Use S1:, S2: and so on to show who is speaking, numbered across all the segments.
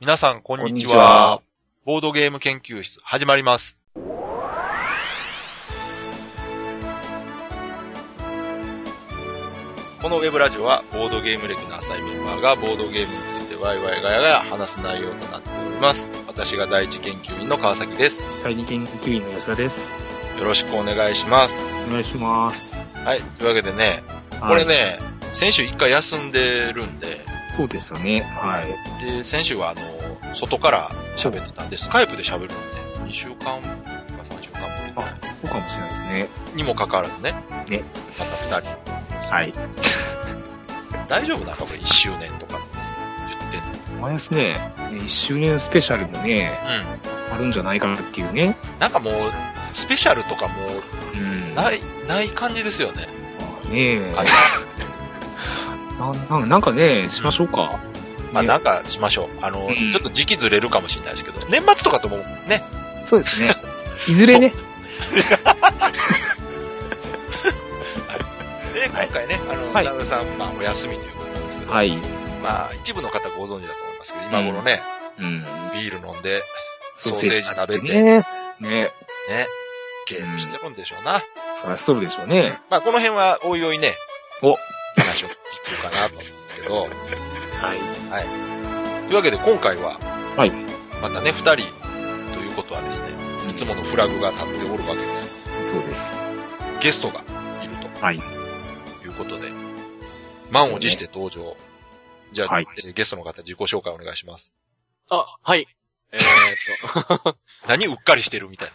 S1: 皆さん、こんにちは。
S2: こんにちは
S1: ボードゲーム研究室、始まります。
S3: このウェブラジオは、ボードゲーム歴の浅いメンバーが、ボードゲームについてワイワイガヤガヤ話す内容となっております。私が第一研究員の川崎です。
S2: 第二研究員の吉田です。
S3: よろしくお願いします。
S2: お願いします。
S3: はい。というわけでね、これね、先週一回休んでるんで、
S2: はい。そうでしたね。はい。
S3: で、先週はあの、外から喋ってたんで、スカイプで喋るんで、2週間か3週間ぶりぐらい
S2: そうかもしれないですね。
S3: にもかかわらずね。
S2: ね。
S3: また二人。
S2: はい。
S3: 大丈夫なんかこれ1周年とかって言ってんの
S2: マイナスね、1周年スペシャルもね、
S3: う
S2: あるんじゃないかなっていうね。
S3: ん。なんかもう、スペシャルとかもう
S2: うん。
S3: ない、ない感じですよね。
S2: ねえ。
S3: はい
S2: なななんかね、しましょうか。
S3: まあ
S2: ね
S3: なんかしましょう。あの、
S2: うん
S3: ちょっと時期ずれるかもしれないですけど、年末とかともね、
S2: そうですね。い ずれね。
S3: で、今回ね、あの、
S2: はい
S3: 名古屋さん、まあお休みということなんですけど、
S2: はい。
S3: まあ一部の方ご存知だと思いますけど、今頃ね、
S2: うん。
S3: ビール飲んで、ソ
S2: ソ
S3: ー
S2: ー
S3: セ
S2: セ
S3: ー
S2: ー
S3: ジ
S2: ジ
S3: 食べて、
S2: ねね
S3: ゲームしてるんでしょうな。
S2: そりゃしとるでしょうね。
S3: まあこの辺はおいおいね、
S2: お
S3: 話を聞こうかなと思うんですけど、
S2: はい。
S3: というわけで今回は、
S2: はい
S3: またね、二人ということはですね、いつものフラグが立っておるわけですよ。
S2: そうです。
S3: ゲストがいると。
S2: はい。
S3: ということで、満を持して登場。じゃあ、
S2: はい
S3: えーゲストの方自己紹介お願いします。
S4: あ、はい。えー、っ
S3: 何うっかりしてるみたい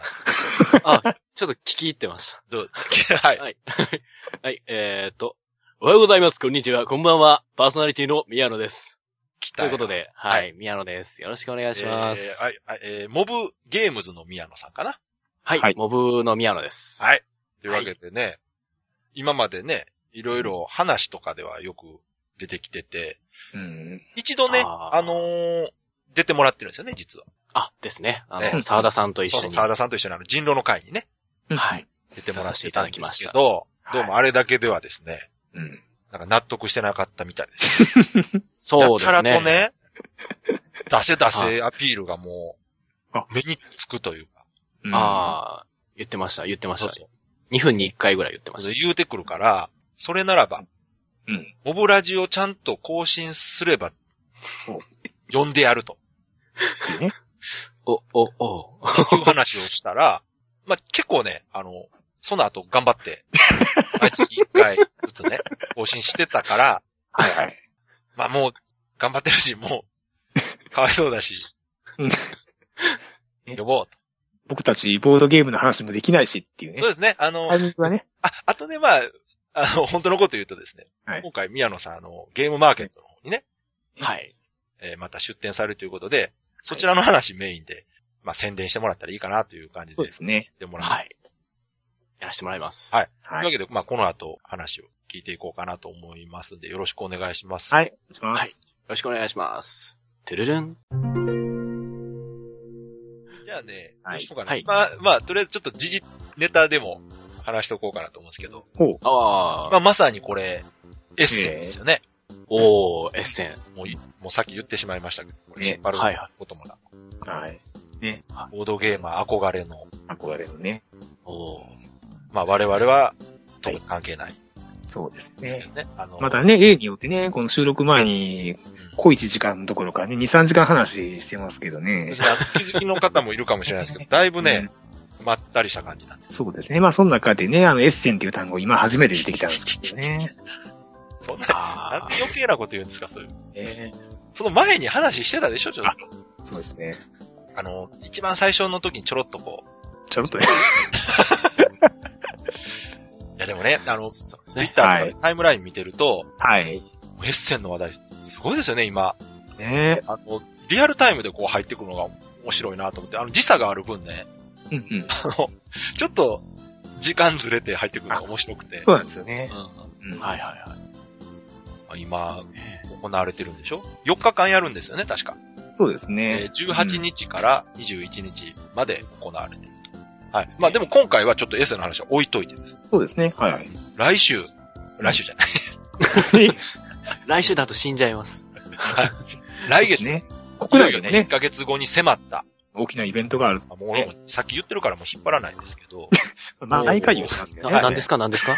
S3: な。
S4: と、あ、ちょっと聞き入ってました。
S3: どう はい。
S4: はい。 はい、えー、っと、おはようございます。こんにちは。こんばんは。パーソナリティの宮野です。
S3: 来
S4: と
S3: た
S4: い
S3: よ
S4: うことで、
S3: は
S4: はいい、宮野です。よろしくお願いします。
S3: えーはいはい、えーモブゲームズの宮野さんかな。
S4: はい、
S2: はい
S4: モブの宮野です。
S3: はいというわけでね、今までね、いろいろ話とかではよく出てきてて、
S2: うん。
S3: 一度ね、あ
S4: あー
S3: のー出てもらってるんですよね、実は。
S4: あ、ですね。あ
S3: ね
S4: の、沢田さんと一
S3: そう
S4: 緒
S3: そう、
S4: に。
S3: 沢田さんと一緒にあの人狼の会にね、
S4: はい。
S3: 出てもらってたんですけど、
S2: させていただきました
S3: どうもあれだけではですね、
S2: うん。
S3: なんか納得してなかったみたいです。
S4: そうで
S3: や
S4: す
S3: たらと
S4: ね。
S3: ね、出せ出せアピールがもう
S2: あ、
S3: 目につくというか、
S2: うん
S4: ああ、言ってました、言ってまし
S3: そう
S4: た。
S3: そう
S4: 2分に1回ぐらい言ってま
S3: そ
S4: し
S3: う言うてくるから、それならば、
S2: うん
S3: モブラジをちゃんと更新すれば
S2: お、
S3: 呼んでやると
S4: た。お、お、お。
S3: いう話をしたら、 まあ、結構ね、あの、その後頑張 って、毎月1回ずつね、更新してたから、
S2: はいはい。
S3: まあもう、頑張ってるし、もう、かわいそう だし
S2: うん、
S3: 呼ぼうと。
S2: 僕たちボードゲームの話もできないしっていうね
S3: そう。ですね、あの、
S2: タイミングがね。
S3: あ、あとね、まあ、あの、本当のこと言うとですね、
S2: はい
S3: 今回宮野さん、あの、ゲームマーケットの方にね、
S4: はい。
S3: えーまた出展されるということで、そちらの話メインで、まあ、宣伝してもらったらいいかなという感じで、
S2: すね。
S3: でもらう。
S4: はい。やらせてもらいます。
S3: はいという
S2: は
S3: わ
S2: い。
S3: けで、まあ、この後話を聞いていこうかなと思いますんで、よろしくお願いします。
S2: はい。お願いします。
S4: よろしくお願いします。トゥルルン。
S3: じゃあね、
S2: は
S3: ど
S2: い
S3: うしようかな。
S4: はい
S3: まあ、まあ、とりあえずちょっと時事ネタでも話しておこうかなと思うんですけど、
S2: ほう。
S4: ああ
S3: ま、あ、まさにこれ、エッセンですよね。
S4: おー、エ ッセン。
S3: もうい、もうさっき言ってしまいましたけど、これ、
S2: ね
S3: 引っ張る
S4: はいは
S3: こともなく、
S2: はい。
S3: ボードゲーマー憧れの、
S2: 憧れのね。
S4: おー。
S3: まあ我々は特に関係ない
S2: そうです
S3: ですけ
S2: ね。
S3: どね。あの、
S2: またね、例によってね、この収録前に、小一時間どころかね、2、3時間話してますけどね
S3: 別。にお気づきの方もいるかもしれないで すけど、だいぶね、まったりした感じなんで。
S2: うん。そうですね。まあ、その中でね、あの、エッセンっていう単語今初めて出てきたんですけどね。
S3: そんな、なん
S4: あ
S3: で余計なこと言うんですか、そういう。
S2: え
S3: その前に話してたでしょ、ちょっと。
S2: え そうですね。
S3: あの、一番最初の時にちょろっとこ
S2: ちょろっとね。
S3: う。いやでもね、あの、ツ
S4: ー
S3: イッターとかでタイムライン見てると、
S2: はい。
S3: エッセンの話題、すごいですよね、今。
S2: ね
S3: あの、リアルタイムでこう入ってくるのが面白いなと思って、あの、時差がある分ね、
S2: うんうん。
S3: あの、ちょっと、時間ずれて入ってくるのが面白くて。
S2: そうなんですよね。
S3: う
S2: うん
S4: はいはいはい。
S3: ん。今、
S4: ね
S3: 行われてるんでしょ ?4 日間やるんですよね、確か。
S2: そうです
S3: え
S2: ね。
S3: ー18日から21日まで行われてると。はい。まあでも今回はちょっとエッセイの話は置いといてです。
S2: そうですね。はい。
S3: 来週、来週じゃない。
S4: 来週だと死んじゃいます。
S3: 来月、
S2: ね。国内
S3: いよ
S2: で
S3: いよね、
S2: も
S3: 1
S2: ね、
S3: ヶ月後に迫った。
S2: 大きなイベントがある。
S3: あもう俺もさっき言ってるからもう引っ張らないんですけど、
S2: まあ、毎回言ってますけどね。
S4: な、なんですかなんですか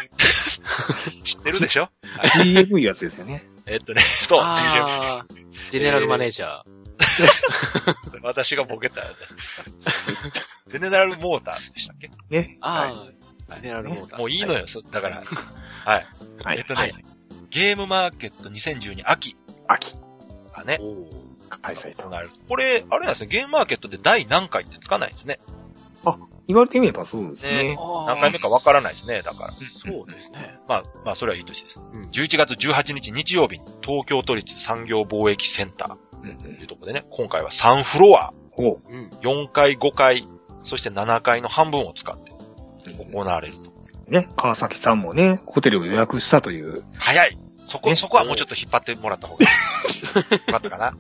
S3: 知ってるでしょ
S2: GMV やつですよね。
S3: えっとね、そう、
S4: あー ジェネラルマネージャー。
S3: 私がボケた。ゼネラルモーターでしたっけ
S2: ね。
S4: ああ、
S3: はい
S4: ジェネラルモーター。
S3: もういいのよ、そだから。はい。
S2: はい
S3: えっとね、
S4: はい
S3: ゲームマーケット2012秋
S2: 秋
S3: がね、
S4: おー
S2: 開催と。
S3: 行われるこれ、あれなんですね、ゲームマーケットって第何回ってつかないんですね。
S2: 言われてみればそうですね。
S4: あー
S3: 何回目かわからないですね、だから。
S4: そうですね。
S3: まあ、まあ、それはいい年です。
S4: うん
S3: 11月18日日曜日に東京都立産業貿易センタ
S2: うんう
S3: ー
S2: ん
S3: というところでね、今回は3フロア、
S2: おう
S4: うん。
S3: 4階、5階、そして7階の半分を使って行われる。
S2: ね、川崎さんもね、ホテルを予約したという。
S3: 早いそこ、
S2: ね
S3: そこはもうちょっと引っ張ってもらった方 がよかったかな。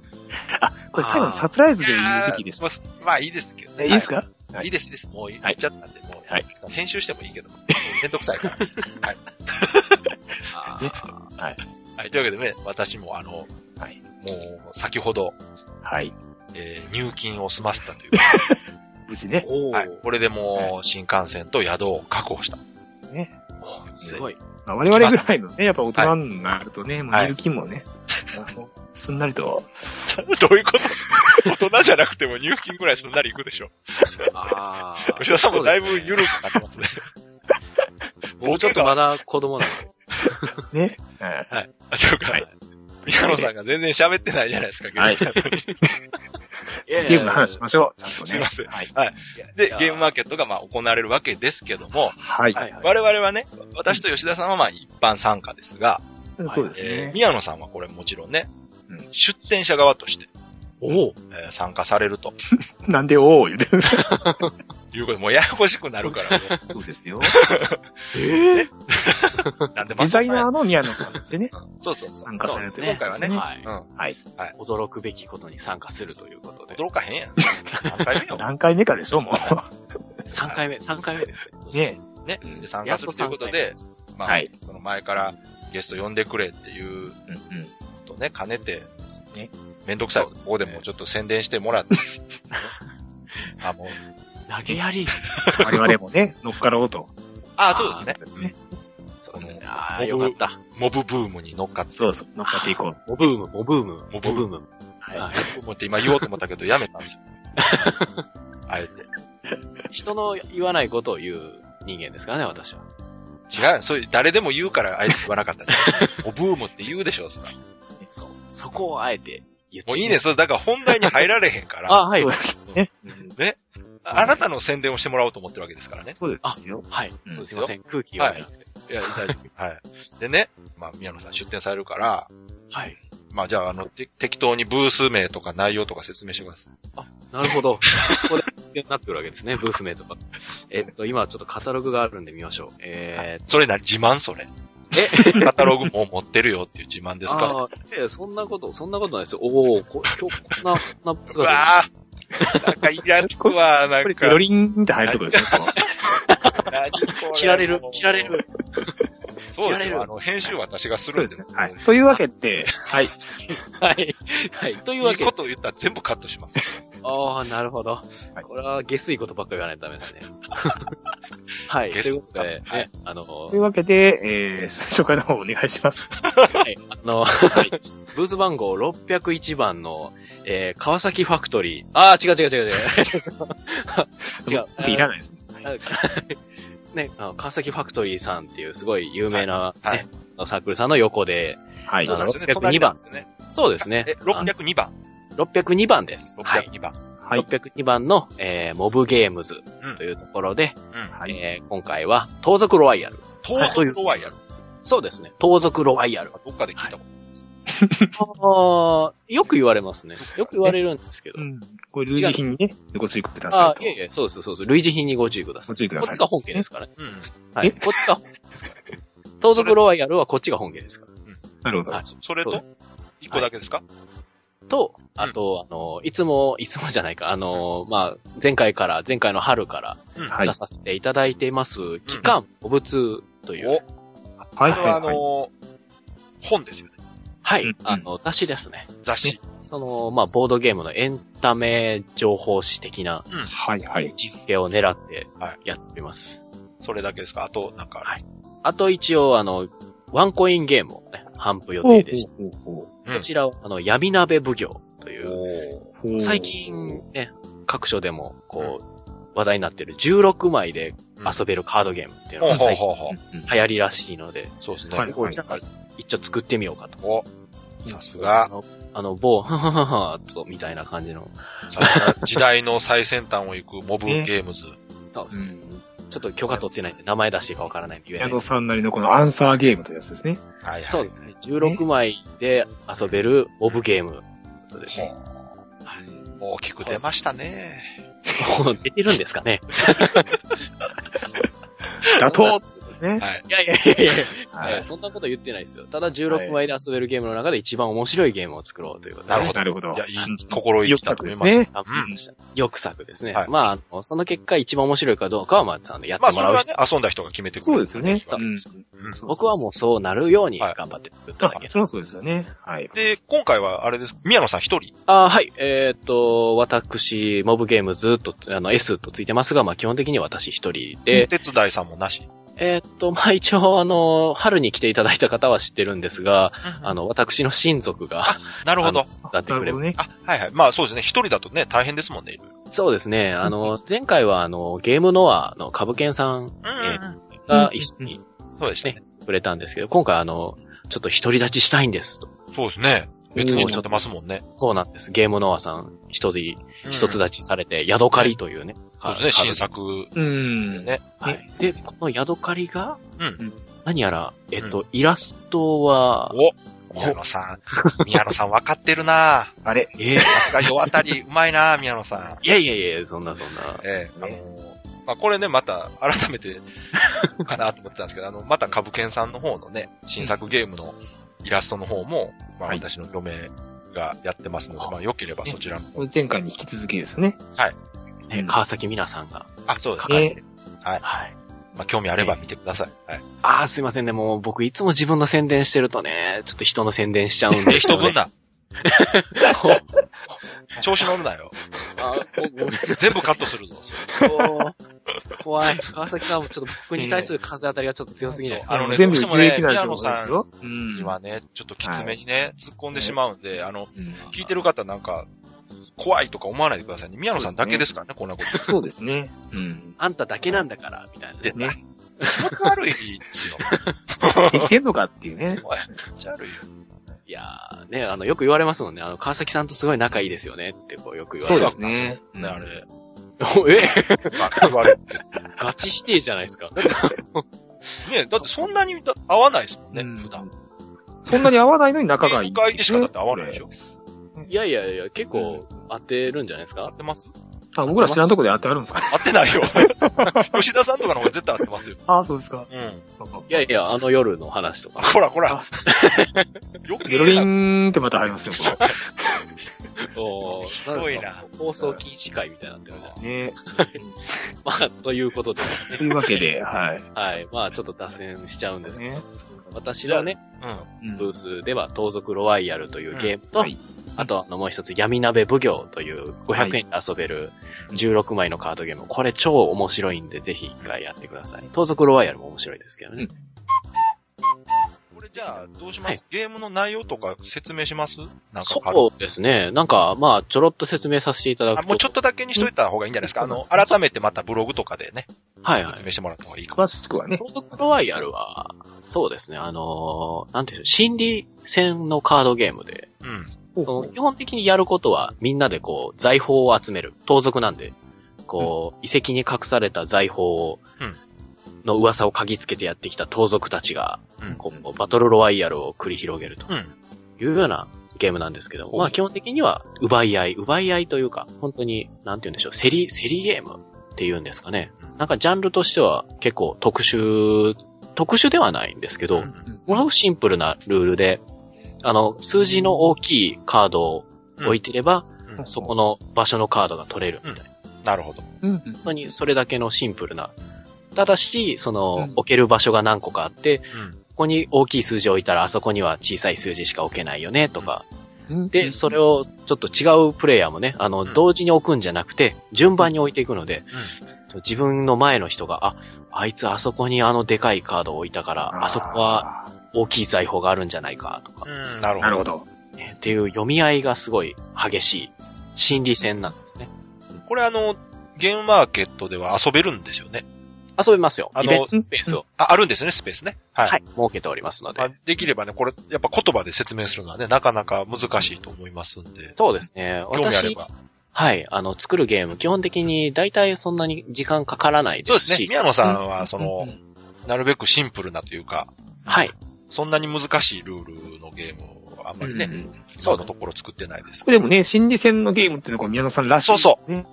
S2: これ最後のサプライズで言うべき
S3: い
S2: です
S3: や。ーもうまあいいですけどね。
S2: えいいですか
S3: はいいいです、いいです。もう言っちゃったんで、もう、
S2: はい
S3: 編集してもいいけど、めんどくさい からいいです。はい。
S4: あ
S2: ね
S4: ー
S3: はい、というわけでね、私もあの、
S2: はい。
S3: もう先ほど、
S2: はい。
S3: えー入金を済ませたという。
S2: 無事ね。
S4: お
S3: はい
S4: ー。
S3: これでもう、新幹線と宿を確保した。
S2: ね。
S4: すごい。
S2: まあ、我々ぐらいのね、やっぱ大人になるとね、もう見る気もね、あのすんなりと、
S3: どういうこと 大人じゃなくても入金ぐらいすんなり行くでしょ。
S4: ああ。
S3: 吉田さんもだいぶ緩く
S4: る。
S3: なってますね。
S4: もうちょっとまだ子供なの
S2: ね。はい
S3: あ、そうか。
S2: はい
S3: 宮野さんが全然喋ってないじゃないですか、
S2: はい
S3: ゲームなのに
S2: ゲ
S4: ゲ
S2: ームの話しましょう。ちゃんとね。
S3: すいません
S2: はい。
S3: で、ゲームマー
S4: ケ
S3: ケットがまあ行われるわけですけども、
S2: はい。
S4: はいはい。
S3: 我々はね、私と吉田さんはまあ一般参加ですが、
S2: そうです
S3: えー
S2: ね。
S3: 宮野さんはこれもちろんね、
S2: うん
S3: 出店者側として、
S4: おお。
S3: えー参加されると
S2: なんでおー言うてる。
S3: いうことで、もうややこしくなるから、も
S2: そうですよ。
S4: ええ。
S3: うなんで
S2: デ
S3: マス
S2: ザ
S3: オ
S2: イ
S3: さんや
S2: ナーの宮野さんとしてね、
S3: そうそうそう。
S2: 参加されて
S3: そう今回はね、
S4: は
S3: う
S4: い。
S3: ん。
S4: 驚くべきことに参加するということで。
S3: 驚かへんやん。何回目よ。
S2: 何回目かでしょ、もう。
S4: 3回目、3回目ですね。
S2: ね。
S3: ね
S2: う。ん
S3: で、参加するということで、まあ、
S2: はい
S3: その前からゲスト呼んでくれっていう
S2: うんうん。
S3: ことね、兼ねて、
S2: ね
S3: めんどくさい。
S4: そう
S3: こ
S4: ですね
S3: こでもうちょっと宣伝しても らって。あ、もう、
S4: 投げやり。
S2: 我々もね、乗っかろうと。
S3: あ、そうですね。
S4: そうですね。ああ、よかった。
S3: モブブームに乗っかって。
S2: そうそう、乗っかっていこう。
S4: モブーム、モブーム、
S3: モ
S4: モ
S3: ブ
S4: ブ
S3: ーム
S4: ーム。
S2: は。
S3: 思って今言おうと思ったけど、やめたんですよ。あえて。
S4: 人の言わないことを言う人間ですからね、私は。
S3: 違う、そういう、誰でも言うから、あえて言わなかったんだよ。モブームって言うでしょ、それ。
S4: そう。そこをあえて言って。
S3: もういいね、。それ、だから本題に入られへんから、あ
S4: あ、はいい
S2: そう。ですね。うん
S3: あなたの宣伝をしてもらおうと思ってるわけですからね。
S2: そうですよ。
S4: はい。
S2: うん
S4: すいません、空気読めなくて。
S3: いや、大丈夫。はい。でね、まあ、宮野さん出店されるから、
S4: はい。
S3: まあ、じゃあ、あの、て適当にブース名とか内容とか説明してください。
S4: なるほど。ここで、なってくるわけですね、ブース名とか。えっと、今ちょっとカタログがあるんで見ましょう。えー
S3: それな、自慢それ。
S4: え
S3: カタログもう持ってるよっていう自慢ですか
S4: あーえーそんなこと、そんなことないですよ。おおこ、今日、こんな、こんな
S3: う
S4: 姿で
S3: わぁなんかイラつくわ、な
S2: こ
S3: ん
S2: れ、
S3: か
S2: ペ。ロリンって入るとこですね。この
S3: 何これ
S4: 切られる切られる。
S3: そうです
S4: 切られ
S3: よ。
S4: る
S3: あの、編集私がす
S2: そう
S3: るん
S2: で
S3: で。
S2: すね。はい。というわけで、はい。
S4: はい。はい。という
S3: い
S4: わ
S3: い
S4: けで
S3: こ。と言ったら全部カットします。
S4: ああ、なるほど。
S2: はい
S4: これは下水ことばっかり言わないとダメ ですね。はい。と
S3: 下
S4: い
S3: 水
S4: うことで、
S3: はい
S4: ねあの、
S2: というわけで、えー、紹介の方お願いします。
S4: はいあの、 ブース番号601番の、えー川崎ファクトリー。ああ、違う違う違う違う。違う
S2: いらないですね。はい
S4: ね、あの川崎ファクトリーさんっていうすごい有名な、
S3: はい
S4: ねサークルさんの横で、
S2: はい。
S3: そうなんですよね。
S4: 602
S3: 隣なんですよね。
S4: そうですね
S3: え、。602番。
S4: あの602番です。はい。
S3: 602番。
S2: はい。
S4: 602番の、えーモブゲームズ
S3: うん
S4: というところで、
S3: うん。
S2: はい。
S4: えー今回は、盗賊ロワイヤル。
S3: 東北ロワイヤル。
S4: そうですね。盗賊ロワイヤル。
S3: どっかで聞いたこと
S4: ああ、よく言われますね。よく言われるんですけど
S2: う。ん。これ、類似品にね、ご注意くだ
S4: あ
S2: さ
S4: あ
S2: い、と
S4: いえ。いえ、そうです、そうです。類似品にご注意くださ
S2: ご
S4: い。
S2: 注意くだ
S4: こ
S2: さ
S4: っ
S2: い
S4: ち。が本家ですからね。
S3: うん。
S4: は
S2: え
S4: い。こっちが本家ですから。盗賊ロワイヤルはこっちが本家ですから。
S2: なるほど
S4: は。い
S3: そそれ
S4: そう
S3: と一個だけですか
S4: と、あと、あの、いつも、いつもじゃないか、あの、まあ、前回から、前回の春から
S3: うん。
S2: は
S3: こ
S2: い
S4: 出させていただいています、期間、お物とい
S3: お
S4: う、
S2: は
S3: れ
S2: い。
S3: はあ
S2: はい。
S3: の、本ですよね。
S4: は
S2: うんう
S4: い
S2: ん、
S4: あの、雑誌ですね。
S3: 雑誌。
S4: その、まあ、ボードゲームのエンタメ情報誌的な
S2: はいはい。
S4: 位置づけを狙って
S3: はい
S4: やっています。
S3: それだけですかあと、なんかあるんですか、
S4: あと一応、あの、ワンコインゲームをね、販布予定でして、
S2: ほうほうほう
S3: う
S4: こちらを、あの、闇鍋奉行という、
S3: お
S2: ほう
S4: 最近ね、各所でも、こう、話題になってる16枚で遊べるカードゲームっていうの
S3: ー。
S4: が
S3: ほう
S4: 最近
S3: ほうほうほう。
S2: うんうん
S4: 流行りらしいので、
S3: そうですね。
S2: はいはい
S4: なんか一応作ってみようかと。
S3: お、さすが
S4: あ、の、あの某、ははははと、みたいな感じの。
S3: さすが、時代の最先端を行くモブゲームズ。
S4: そうです
S2: う
S4: ね。
S2: ん
S4: ちょっと許可取ってないんで、名前出していいかわからないんで言えな
S2: 矢
S4: いで
S2: 野
S4: す。
S2: さんなりのこのアンサーゲームというや つですね。
S3: はいはい。
S4: そうですね。16枚で遊べるオブゲーム。ということですね。はい
S3: ほう大きく出ましたね。
S4: もう出てるんですかね
S2: 妥当ってことですね。
S3: はい。
S4: いやいやいやいや
S2: はい
S4: いやそんなこと言ってないですよ。ただ16枚で遊べるゲームの中で一番面白いゲームを作ろうということで、
S3: なるほど
S2: なるほど。
S3: いや、いい、心意気だと思います。
S2: よく作ですね
S4: あ
S3: うん
S4: うん欲作ですね。
S3: はい
S4: まああの、その結果一番面白いかどうかは、まあ、あのやっ
S3: まあ、
S4: て
S3: そ
S4: も
S3: れ
S4: らう
S3: は
S4: し、
S3: ね、遊んだ人が決めてくれ
S2: そう
S3: る。
S2: ですよね。
S3: わけです
S2: うん
S3: うん
S4: 僕はもうそうなるように頑張って作っただ
S2: あ
S4: けです。
S2: それはそうですよね。はい。
S3: で、今回はあれです。宮野さん一人。
S4: あはい。えーっと、私、モブゲームずっと、あの、S とついてますが、まあ、基本的に私一人で、
S3: 手伝いさんもなし。
S4: えーっと、まあ、一応、あの、春に来ていただいた方は知ってるんですが、あの、私の親族が、
S3: なるほど。
S4: だって
S2: なる
S4: くれ
S2: ほどね。
S3: あ、はいはい。まあそうですね。一人だとね、大変ですもんね。うん
S4: そうですね、あの、前回は、あの、ゲームノアの株券さん
S3: うん
S4: が一緒に
S3: うん。そうですね。
S4: くれたんですけど、今回、あの、ちょっと独り立ちしたいんですと。
S3: そうですね。別に撮ってますもんね。
S4: そうなんです。ゲームノアさん、一人、
S3: うん
S4: 一つ立ちされて、ヤドカリというね。
S3: そうですね。
S4: カード
S3: 新作
S2: うん。
S3: ね。
S4: はい。で、このヤドカリが、
S3: うん
S4: 何やら、えっと、イラストは、
S3: お宮野さん。宮野さん分かってるな
S2: あれ
S4: えー
S3: さすが世当たり、うまいな宮野さ
S4: いやいやいや、そんなそんな。
S3: ん。ええあ
S2: ね
S3: の、まあこれね、また改めて、かなと思ってたんですけど、あの、また株券さんの方のね、新作ゲームのイラストの方も、まあ
S2: はい
S3: 私の嫁がやってますので、まあ良ければそちらの。
S2: これ前回に引き続きですよね。
S3: はい
S4: ね
S2: うん
S4: 川崎みなさんが
S3: あ、そうです
S4: 書
S3: ね。
S4: かれてる。
S3: はい
S4: はい。
S3: まあ興味あれば見てください。はい。
S4: ああ、すいませんね。もう僕いつも自分の宣伝してるとね、ちょっと人の宣伝しちゃうんで。
S3: え、 人分
S4: だ。
S3: な。 調子乗るなよ。
S4: あごごめんなさい
S3: 全部カットするぞ。それ
S4: 怖い。川崎さんもちょっと僕に対する風当たりがちょっと強すぎないですか
S3: あのね
S2: 全部
S3: どうしても
S2: 有
S3: ね
S2: 益な情報ですよ。うん
S3: にはね、ちょっときつめにね、突っ込んでしまうんで、あの、
S2: うん
S3: 聞いてる方なんか、怖いとか思わないでくださいね。宮野さんだけですからね、こんなこと。
S2: そうですね。うん。
S4: あんただけなんだから、みたいな。
S3: 出た。
S2: ね
S3: 気持ち悪いです よ。
S2: できてんのかっていうね。
S3: おい気持ち悪いよ。
S4: いやー、ね、あの、よく言われますもんね。あの、川崎さんとすごい仲いいですよねって、こう、よく言わ
S2: そうで
S4: れます
S2: ね。
S3: ね、あれ。
S4: す。 え
S3: まあ言われる
S4: ガチ否定じゃないですか。
S3: ね、だってそんなにだ合わないですもんね、
S2: うん
S3: 普段。
S2: そんなに合わないのに仲がい
S3: 面
S2: い。
S3: 会でしかだって合わないでしょ。
S4: いやいやいや、結構、合ってるんじゃないです
S3: 合
S4: か
S3: ってます
S2: あ、僕ら知らんとこで会ってあるんですか
S3: 合って ないよ。吉田さんとかの方が絶対合ってますよ。
S2: あ、そうですか。
S3: うん。
S4: いやいや、あの夜の話と か。
S3: あ、こらこら。余計
S2: ゲロ
S3: な
S2: リンってまた入りますよ、こ
S4: おー
S3: ひどいなん
S4: ですか放送禁止会みたいになってるじゃない
S2: れね。
S4: まあ、ということで、
S2: というわけで、はい。
S4: はい。まあ、ちょっと脱線しちゃうんですけど、
S2: ね。
S4: 私のね、
S3: うん。
S2: うん
S4: ブースでは、盗賊ロワイヤルというゲームと、
S2: はい
S4: あと、あの、もう一つ、闇鍋奉行という500円で遊べる16枚のカードゲーム。これ超面白いんで、ぜひ一回やってください。盗賊ロワイヤルも面白いですけどね。
S3: これじゃあ、どうします、ゲームの内容とか説明しますなんか軽く
S4: そうですね。なんか、まあ、ちょろっと説明させていただ
S3: あ
S4: くと。
S3: もうちょっとだけにしといた方がいいんじゃないですかあの、改めてまたブログとかでね、
S4: はいはい。
S3: 説明してもらった方がいいかも。
S2: 詳しくはね。
S4: 盗賊ロワイヤルは、そうですね、あのーなんていうんでしょう、心理戦のカードゲームで、
S3: うん。
S4: その基本的にやることは、みんなでこう、財宝を集める。盗賊なんで、こう、遺跡に隠された財宝を、
S3: うん
S4: の噂を嗅ぎつけてやってきた盗賊たちが、
S3: うん
S4: こうバトルロワイヤルを繰り広げると
S3: うん。
S4: いうようなゲームなんですけど、
S3: ほう
S4: まあ基本的には奪い合い、奪い合いというか、本当に、なんて言うんでしょう、競り、競りゲームっていうんですかね
S3: うん。
S4: なんかジャンルとしては結構特殊、特殊ではないんですけど、
S3: う
S4: も
S3: ん
S4: のすごくシンプルなルールで、あの、数字の大きいカードを置いてれば、
S3: うんうん
S4: そこの場所のカードが取れるみたいな。
S3: なるほど。
S2: うん。
S4: 本当にそれだけのシンプルな。ただし、その、
S2: うん
S4: 置ける場所が何個かあって、
S3: うん。
S4: ここに大きい数字を置いたらあそこには小さい数字しか置けないよねとか、で、それをちょっと違うプレイヤーもね、あの、
S3: ん
S4: 同時に置くんじゃなくて、順番に置いていくので、そう自分の前の人が、あ、あいつあそこにあのでかいカードを置いたから、あそこは
S2: は。
S4: 大きい財宝があるんじゃないかとか、
S3: うん、なるほ
S2: なる
S3: ど。
S2: ほど。
S4: ねっていう読み合いがすごい激しい心理戦なんですね。
S3: これあの、ゲームマーケットでは遊べるんですよね。
S4: 遊べますよ。
S3: あ
S4: イ
S3: の
S4: ベントスペースを、
S3: あ、あるんですよね、スペースね。はい。
S4: はい、設けておりますので
S3: まあ。できればね、これ、やっぱ言葉で説明するのはね、なかなか難しいと思いますんで、
S4: そうですね。
S3: 興味あれ
S4: 私、
S3: ば。
S4: はい、あの、作るゲーム、基本的に大体そんなに時間かからない
S3: そう
S4: で
S3: ですすね。
S4: し、
S3: 宮野さんは、その
S2: うん、
S3: なるべくシンプルなというか、
S4: はい。
S3: そんなに難しいルールのゲームをあんまりね、
S2: うんうん
S3: そうのところ作ってないです
S2: こ。れでもね、心理戦のゲームっていうのが宮野さんらしい。。
S3: そうそう
S2: ね、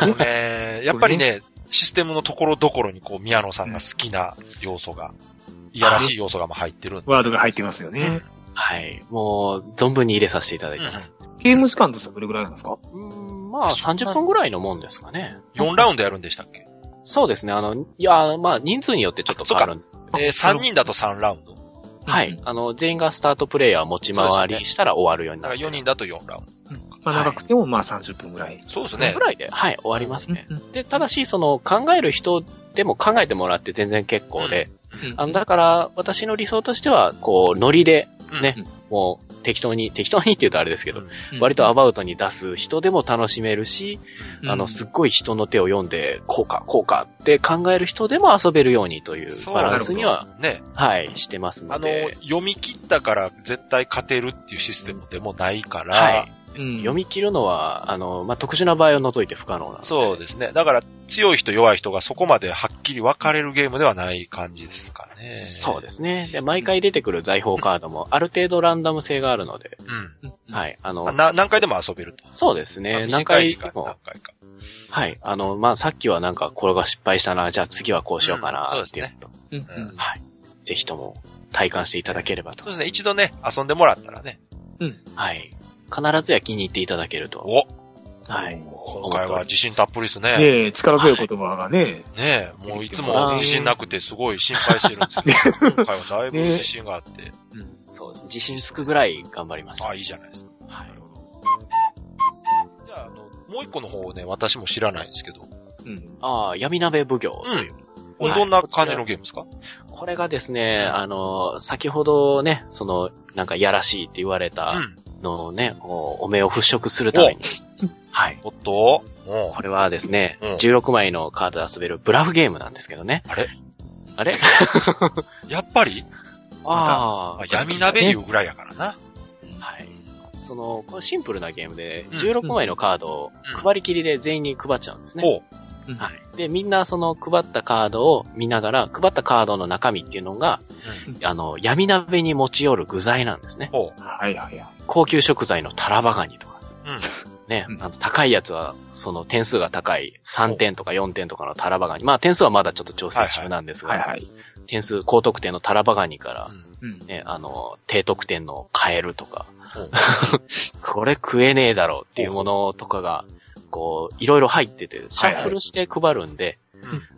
S3: あのね、やっぱりね、システムのところどころにこう、宮野さんが好きな要素が、いやらしい要素がまあ入ってるんで。
S2: ワードが入ってますよね。
S4: はい。もう、存分に入れさせていただいてます。
S2: ゲーム時間としてはどれぐらいなんですか
S4: うーん、まあ、30分ぐらいのもんですかね。
S3: 4ラウンドやるんでしたっけ
S4: そうですね。あの、いや、まあ、人数によってちょっと変わるんで。
S3: えー、3人だと3ラウンド。
S4: はい。あの、全員がスタートプレイヤー持ち
S3: そう
S4: 回
S3: ですね
S4: りしたら終わるように
S3: だ
S4: な
S3: か
S4: る。
S3: ら4人だと4ラウンド。
S2: まあ長くてもまあ30分ぐらい。
S3: そうですね
S4: ぐ。らいで、はい、終わりますね。
S2: うん。
S4: で、ただし、その、考える人でも考えてもらって全然結構で、
S2: うん
S4: あの、だから、私の理想としては、こう、ノリで、ね、
S2: うん
S4: もう、適当に、 適当にって言うとあれですけど、
S2: うん
S4: 割とアバウトに出す人でも楽しめるし、あの、すっごい人の手を読んで、こうか、こうかって考える人でも遊べるようにというバランスには、
S3: そうですね。
S4: はい、してます
S3: あ
S4: の
S3: の
S4: で、、
S3: 読み切ったから絶対勝てるっていうシステムでもないから、
S4: はい。
S2: うん
S4: 読み切るのは、あの、まあ、特殊な場合を除いて不可能なので。
S3: そうですね。だから強い人弱い人がそこまではっきり分かれるゲームではない感じですかね。
S4: そうですね。で、毎回出てくる財宝カードも、ある程度ランダム性があるので、
S3: うん。
S4: はい。あの
S3: あ、な何回でも遊べると。
S4: そうですね。
S3: まあ
S4: 何
S3: 短い時
S4: 回で
S3: 間で何
S4: も、
S3: 回か。
S4: はい。あの、まあ、さっきはなんか、これが失敗したな、じゃあ次はこうしよう
S3: う
S4: か
S3: ん
S4: な、
S3: そうで
S4: っ
S3: す
S4: てい
S3: ね
S4: うと、
S2: うんうん
S3: うん
S4: はい。ぜひとも、体感していただければ
S3: そう
S4: と。
S3: ですね。一度ね、遊んでもらったらね。
S4: はい。必ずや気に入っていただけると。
S3: お
S4: はい。
S3: 今回は自信たっぷりですね。
S2: ねえ力強い言葉がね、
S3: ねえ、もういつも自信なくてすごい心配してるんですけ ど、今回はだいぶ自信があって、
S4: そうですね。自信つくぐらい頑張りました。
S3: ああ、
S4: はい。
S3: いいじゃないですか。じゃあ、あの、もう一個の方をね、私も知らないんですけど、
S2: うん。
S4: ああ、闇鍋奉行。
S3: これどんな感じのゲームですか
S4: これがですね、あの、先ほどね、その、なんかやらしいって言われた、
S3: うん。
S4: のね、おお目を払拭するために。 はい。
S3: おっとも
S4: これはですね、
S3: うん
S4: 16枚のカードで遊べるブラフゲームなんですけどね。
S3: あれ
S4: あれ
S3: う、やっぱり、
S4: あ
S3: まあ
S4: あ、
S3: 闇鍋いうぐらいやからな。
S4: はい。その、これシンプルなゲームで、
S3: うん
S4: 16枚のカードを
S3: うん
S4: 配り切りで全員に配っちゃうんですね。
S3: おう
S2: うん
S4: はい。で、みんなその配ったカードを見ながら、配ったカードの中身っていうのが、あの、闇鍋に持ち寄る具材なんですね。
S3: ほう。
S2: はいはいはい。
S4: 高級食材のタラバガニとか。
S3: うん。
S4: ね、
S2: うん
S4: あの、高いやつは、その点数が高い3点とか4点とかのタラバガニ。まあ点数はまだちょっと調整中なんですが、
S2: はいはい。
S4: 点数高得点のタラバガニから、
S2: うん。
S4: ね、あの、低得点のカエルとか
S3: うん、
S4: これ食えねえだろうっていうものとかが、こう、いろいろ入ってて、シャッフルして配るんで、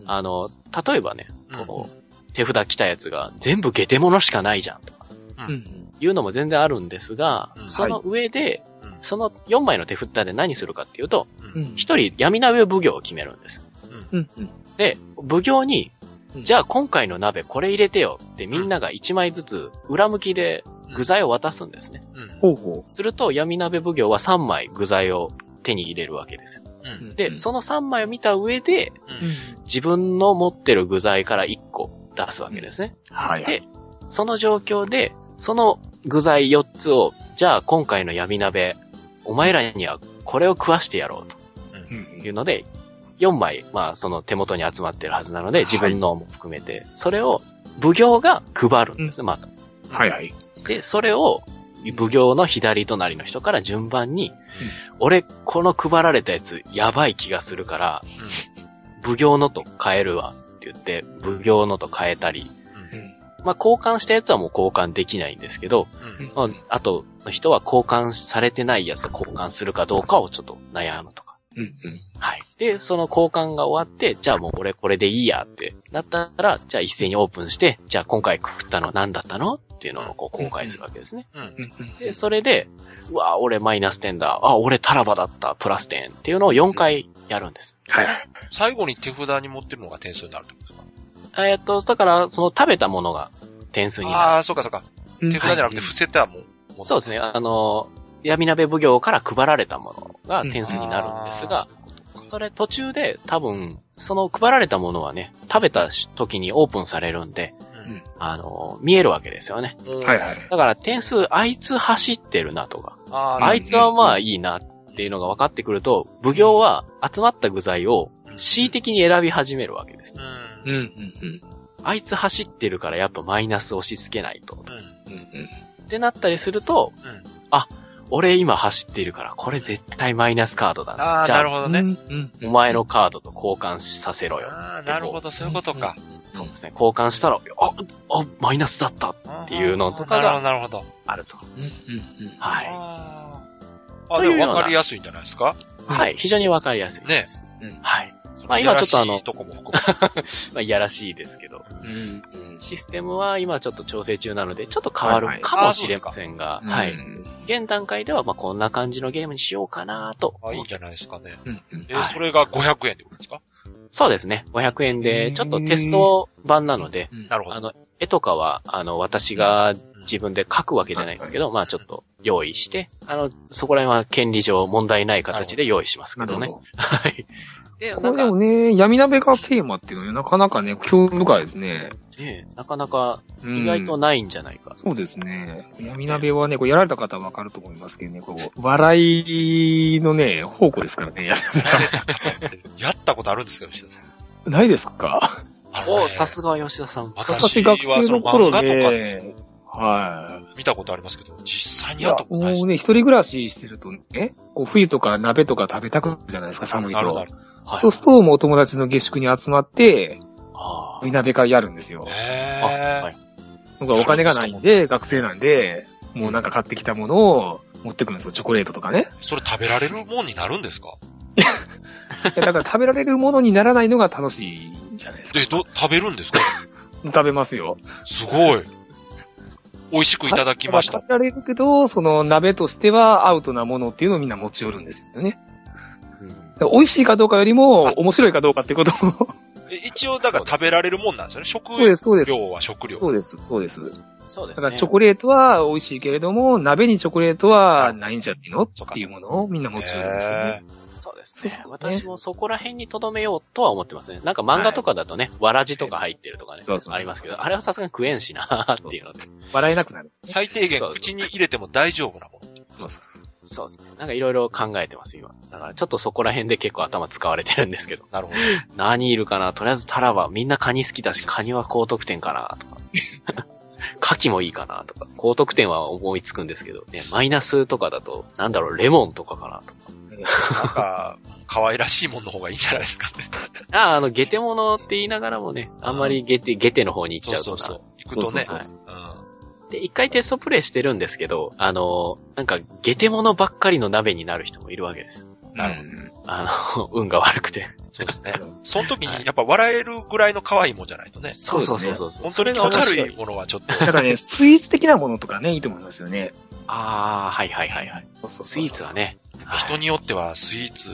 S3: うん
S4: あの、例えばね、
S3: うん
S4: こう、手札来たやつが全部ゲテモノしかないじゃんとか、
S2: うん。
S4: いうのも全然あるんですが
S3: う、ん
S4: その上で
S3: はいうん、
S4: その4枚の手札で何するかっていうと、
S3: うん。
S4: 一人闇鍋奉行を決めるんです。
S2: うん。うん。
S4: で、奉行に
S2: う、ん
S4: じゃあ今回の鍋これ入れてよってみんなが一枚ずつ裏向きで具材を渡すんですね。
S3: うん。
S2: ほうほ
S4: すると闇鍋奉行は3枚具材を手に入れるわけですよ。
S2: う。うん
S4: で、その3枚を見た上で
S3: うん
S4: 自分の持ってる具材から1個出すわけですね。
S2: はいはい。
S4: で、その状況で、その具材4つを、じゃあ今回の闇鍋、お前らにはこれを食わしてやろうと。
S2: うん
S4: いうので、4枚、まあ、その手元に集まってるはずなので、
S2: はい
S4: 自分のも含めて、それを、奉行が配るんですね、また。
S2: はいはい。
S4: で、それを、奉行の左隣の人から順番に、俺、この配られたやつ、やばい気がするから、奉行のと変えるわ、って言って、奉行のと変えたり、まあ、交換したやつはもう交換できないんですけど、
S3: うん。
S4: まあ、あとの人は交換されてないやつと交換するかどうかをちょっと悩むとか。
S2: うん。
S4: はい。で、その交換が終わって、じゃあもう俺これでいいやってなったら、じゃあ一斉にオープンして、じゃあ今回くくったの何だったのっていうのをこう公開するわけですね。
S3: うん。
S4: で、それで、うわ、俺マイナス点だ。あ、俺タラバだった。プラス点っていうのを4回やるんです。
S2: はいはい。
S3: 最後に手札に持ってるのが点数になるってことですか
S4: えーっと、だから、その食べたものが点数になる。
S3: ああ、そうかそうか。手札じゃなくて伏せたもん。
S4: そうですね。あの、闇鍋奉行から配られたものが点数になるんですが、それ途中で多分、その配られたものはね、食べた時にオープンされるんで、
S3: うん。
S4: あの、見えるわけですよね。
S2: はいはい。
S4: だから点数、あいつ走ってるなとか、
S3: あ
S4: あいつはまあいいなっていうのが分かってくると、奉行は集まった具材を恣意的に選び始めるわけです。
S3: うん。
S2: うん、うん、
S4: あいつ走ってるからやっぱマイナス押し付けないと。
S3: うん。
S2: うん。うん、
S4: ってなったりすると、
S3: うん
S4: あ、俺今走ってるから、これ絶対マイナスカードだな。
S3: ああ、
S4: じゃ
S3: なるほどね。
S2: うん、
S4: お前のカードと交換させろよ。
S3: ああ、なるほど、そういうことか。
S4: そうですね。交換したら、あ、あ、マイナスだった。
S3: って
S4: いうのとかが
S3: なるほど、なるほど。
S4: あると。
S2: うん、うん。
S4: はい。
S3: あーあ、
S4: という
S3: で
S4: ような
S3: も分かりやすいんじゃないですか
S2: うん
S4: はい。非常にわかりやすいです。
S2: ね
S4: はい。
S3: そ
S4: まあ
S3: のい
S4: 今
S3: や
S4: ちょ
S3: ら
S4: っ
S3: し
S4: とあの
S3: いとこも含
S4: まあ、いやらしいですけど。
S2: うん、
S4: システムは今ちょっと調整中なので、ちょっと変わ
S2: はいは
S4: る
S2: い
S4: かもしれませんが、
S2: うん。
S4: はい。。現段階では、まあ、こんな感じのゲームにしようかなと。
S3: め。あ、いいんじゃないですかね。
S2: うん、うん。
S3: え
S4: はい
S3: それが500円で売るんですか
S4: そうですね。500円
S2: う
S4: で、
S2: ん
S4: ちょっとテスト版なので、
S3: なるほ
S4: あ
S3: ど。
S4: の、絵とかは、あの、私が自分で書くわけじゃないんですけど、まあちょっと用意して、あの、そこら辺は権利上問題ない形で用意しますけ
S2: なる
S4: ど
S2: ほ
S4: ね。
S2: ど。
S4: はい。で、な
S2: こ
S4: ん
S2: れで
S4: か
S2: も、ね、闇鍋がテーマっていうのはなかなかね、興味深いですね。
S4: ねなかなか
S2: うん
S4: 意外とないんじゃないか。
S2: そうですね。闇鍋はね、こうやられた方はわかると思いますけどね、こう、笑いのね、宝庫ですから
S3: 慣
S2: ね。
S3: れた方って やったことあるんですけど、吉田さん。
S2: ないですか
S3: あのね
S4: おさすが吉田さん。
S3: 私はその漫画とかで
S2: ね、はい。
S3: 見たことありますけど、実際にやったことない
S2: も
S3: し
S2: う。ね、一人暮らししてるとね、こう冬とか鍋とか食べたくなるじゃないですか、寒い
S3: なるほどな。
S2: と
S3: るほど。
S4: はい
S2: そうすると、もうお友達の下宿に集まって、
S4: あー
S2: 冬鍋会やるんですよ。
S3: へ
S4: あ
S3: ー
S4: はい
S2: 僕はお金がないんで、学生なんで、もうなんか買ってきたものを持ってくるんですよ、チョコレートとかね。
S3: それ食べられるもんになるんですか
S2: いやだから食べられるものにならないのが楽しいじゃないですか。
S3: で、ど、食べるんですか
S2: 食べますよ。
S3: すごい。美味しくいただきました。
S2: 食べられるけど、その鍋としてはアウトなものっていうのをみんな持ち寄るんですよね。
S4: うん
S2: だから美味しいかどうかよりも
S3: あ、
S2: 面白いかどうかってことを。
S3: え一応、だから食べられるもんなんですよね。食
S2: そうです、そうです。
S3: 料は食料。
S2: そうです、そうです。
S4: そうで
S2: だ
S4: す
S2: か
S4: ね。
S2: らチョコレートは美味しいけれども、鍋にチョコレートはないんじゃないのっ
S3: そうか
S2: ていうものをみんな持ち寄るんですよね。
S4: そうです
S2: そう
S4: ね
S2: で。すね
S4: 私もそこら辺に留めようとは思ってますね。なんか漫画とかだとね、わらじとか入ってるとかね
S2: そうそうそ、う
S4: ありますけど、あれはさすがに食えんしなーっていうので。
S2: 笑えなくなる。
S3: 最低限
S4: そう
S3: 口に入れても大丈夫なもの。
S2: そうそうそう。
S4: そうですね。なんかいろいろ考えてます、今。だからちょっとそこら辺で結構頭使われてるんですけど。
S3: なるほ ど。
S4: 何いるかなとりあえずタラはみんなカニ好きだし、カニは高得点かなとか。カキもいいかなとか。高得点は思いつくんですけど、ね、マイナスとかだと、なんだろう、レモンとかかなとか。
S3: なんか、可愛らしいものの方がいいんじゃないですかね。
S4: ああ、あの、ゲテモノって言いながらもね、あんまりゲテ、ゲテの方に行っち
S3: そう
S4: ゃうと
S3: そ
S4: な。
S3: うそう。行くとね。
S2: そう
S4: そう
S3: うん。
S4: で、一回テストプレイしてるんですけど、あの、なんか、ゲテモノばっかりの鍋になる人もいるわけですよ。
S3: なるほど。
S2: ど。
S4: あの、 運が悪くて。
S3: そうですね。その時にやっぱ笑えるぐらいの可愛いもんじゃないとね。
S4: そうう
S2: です
S4: そ
S2: ね
S4: うそうそうそう。
S3: 本当に気持ち悪いものはちょっと。
S2: だからね、スイーツ的なものとかね、いいと思いますよね。
S4: ああ、はいはいはいはい。
S2: そうそう
S4: スイーツはね。はい
S3: 人によってはスイーツ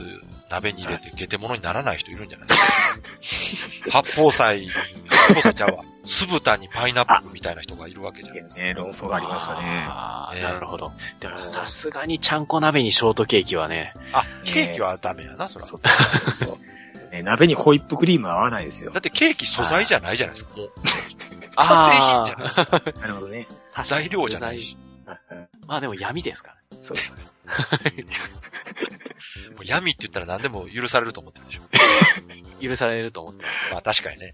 S3: 鍋に入れてゲテ物にならない人いるんじゃないです か。八宝菜に、八宝菜ちゃうわ。酢豚にパイナップルみたいな人がいるわけじゃないですか。
S2: ね、論争がありましたね。
S4: ああ、
S3: ね
S4: なるほど。でもさすがにちゃんこ鍋にショートケーキはね、
S3: あ、ケーキはダメやな、そら。
S2: そうそう そう。ね、鍋にホイップクリームは合わないですよ
S3: だ。ってケーキ素材じゃないじゃないですか。もう、
S4: あー
S3: 完成品じゃないですか。
S2: なるほどね。
S3: 材料じゃない し。
S4: まあでも闇ですからね。
S2: そうそうそう。
S3: もう闇って言ったら何でも許されると思ってるでしょ。
S4: 許されると思ってます。
S3: まあ確かに ね。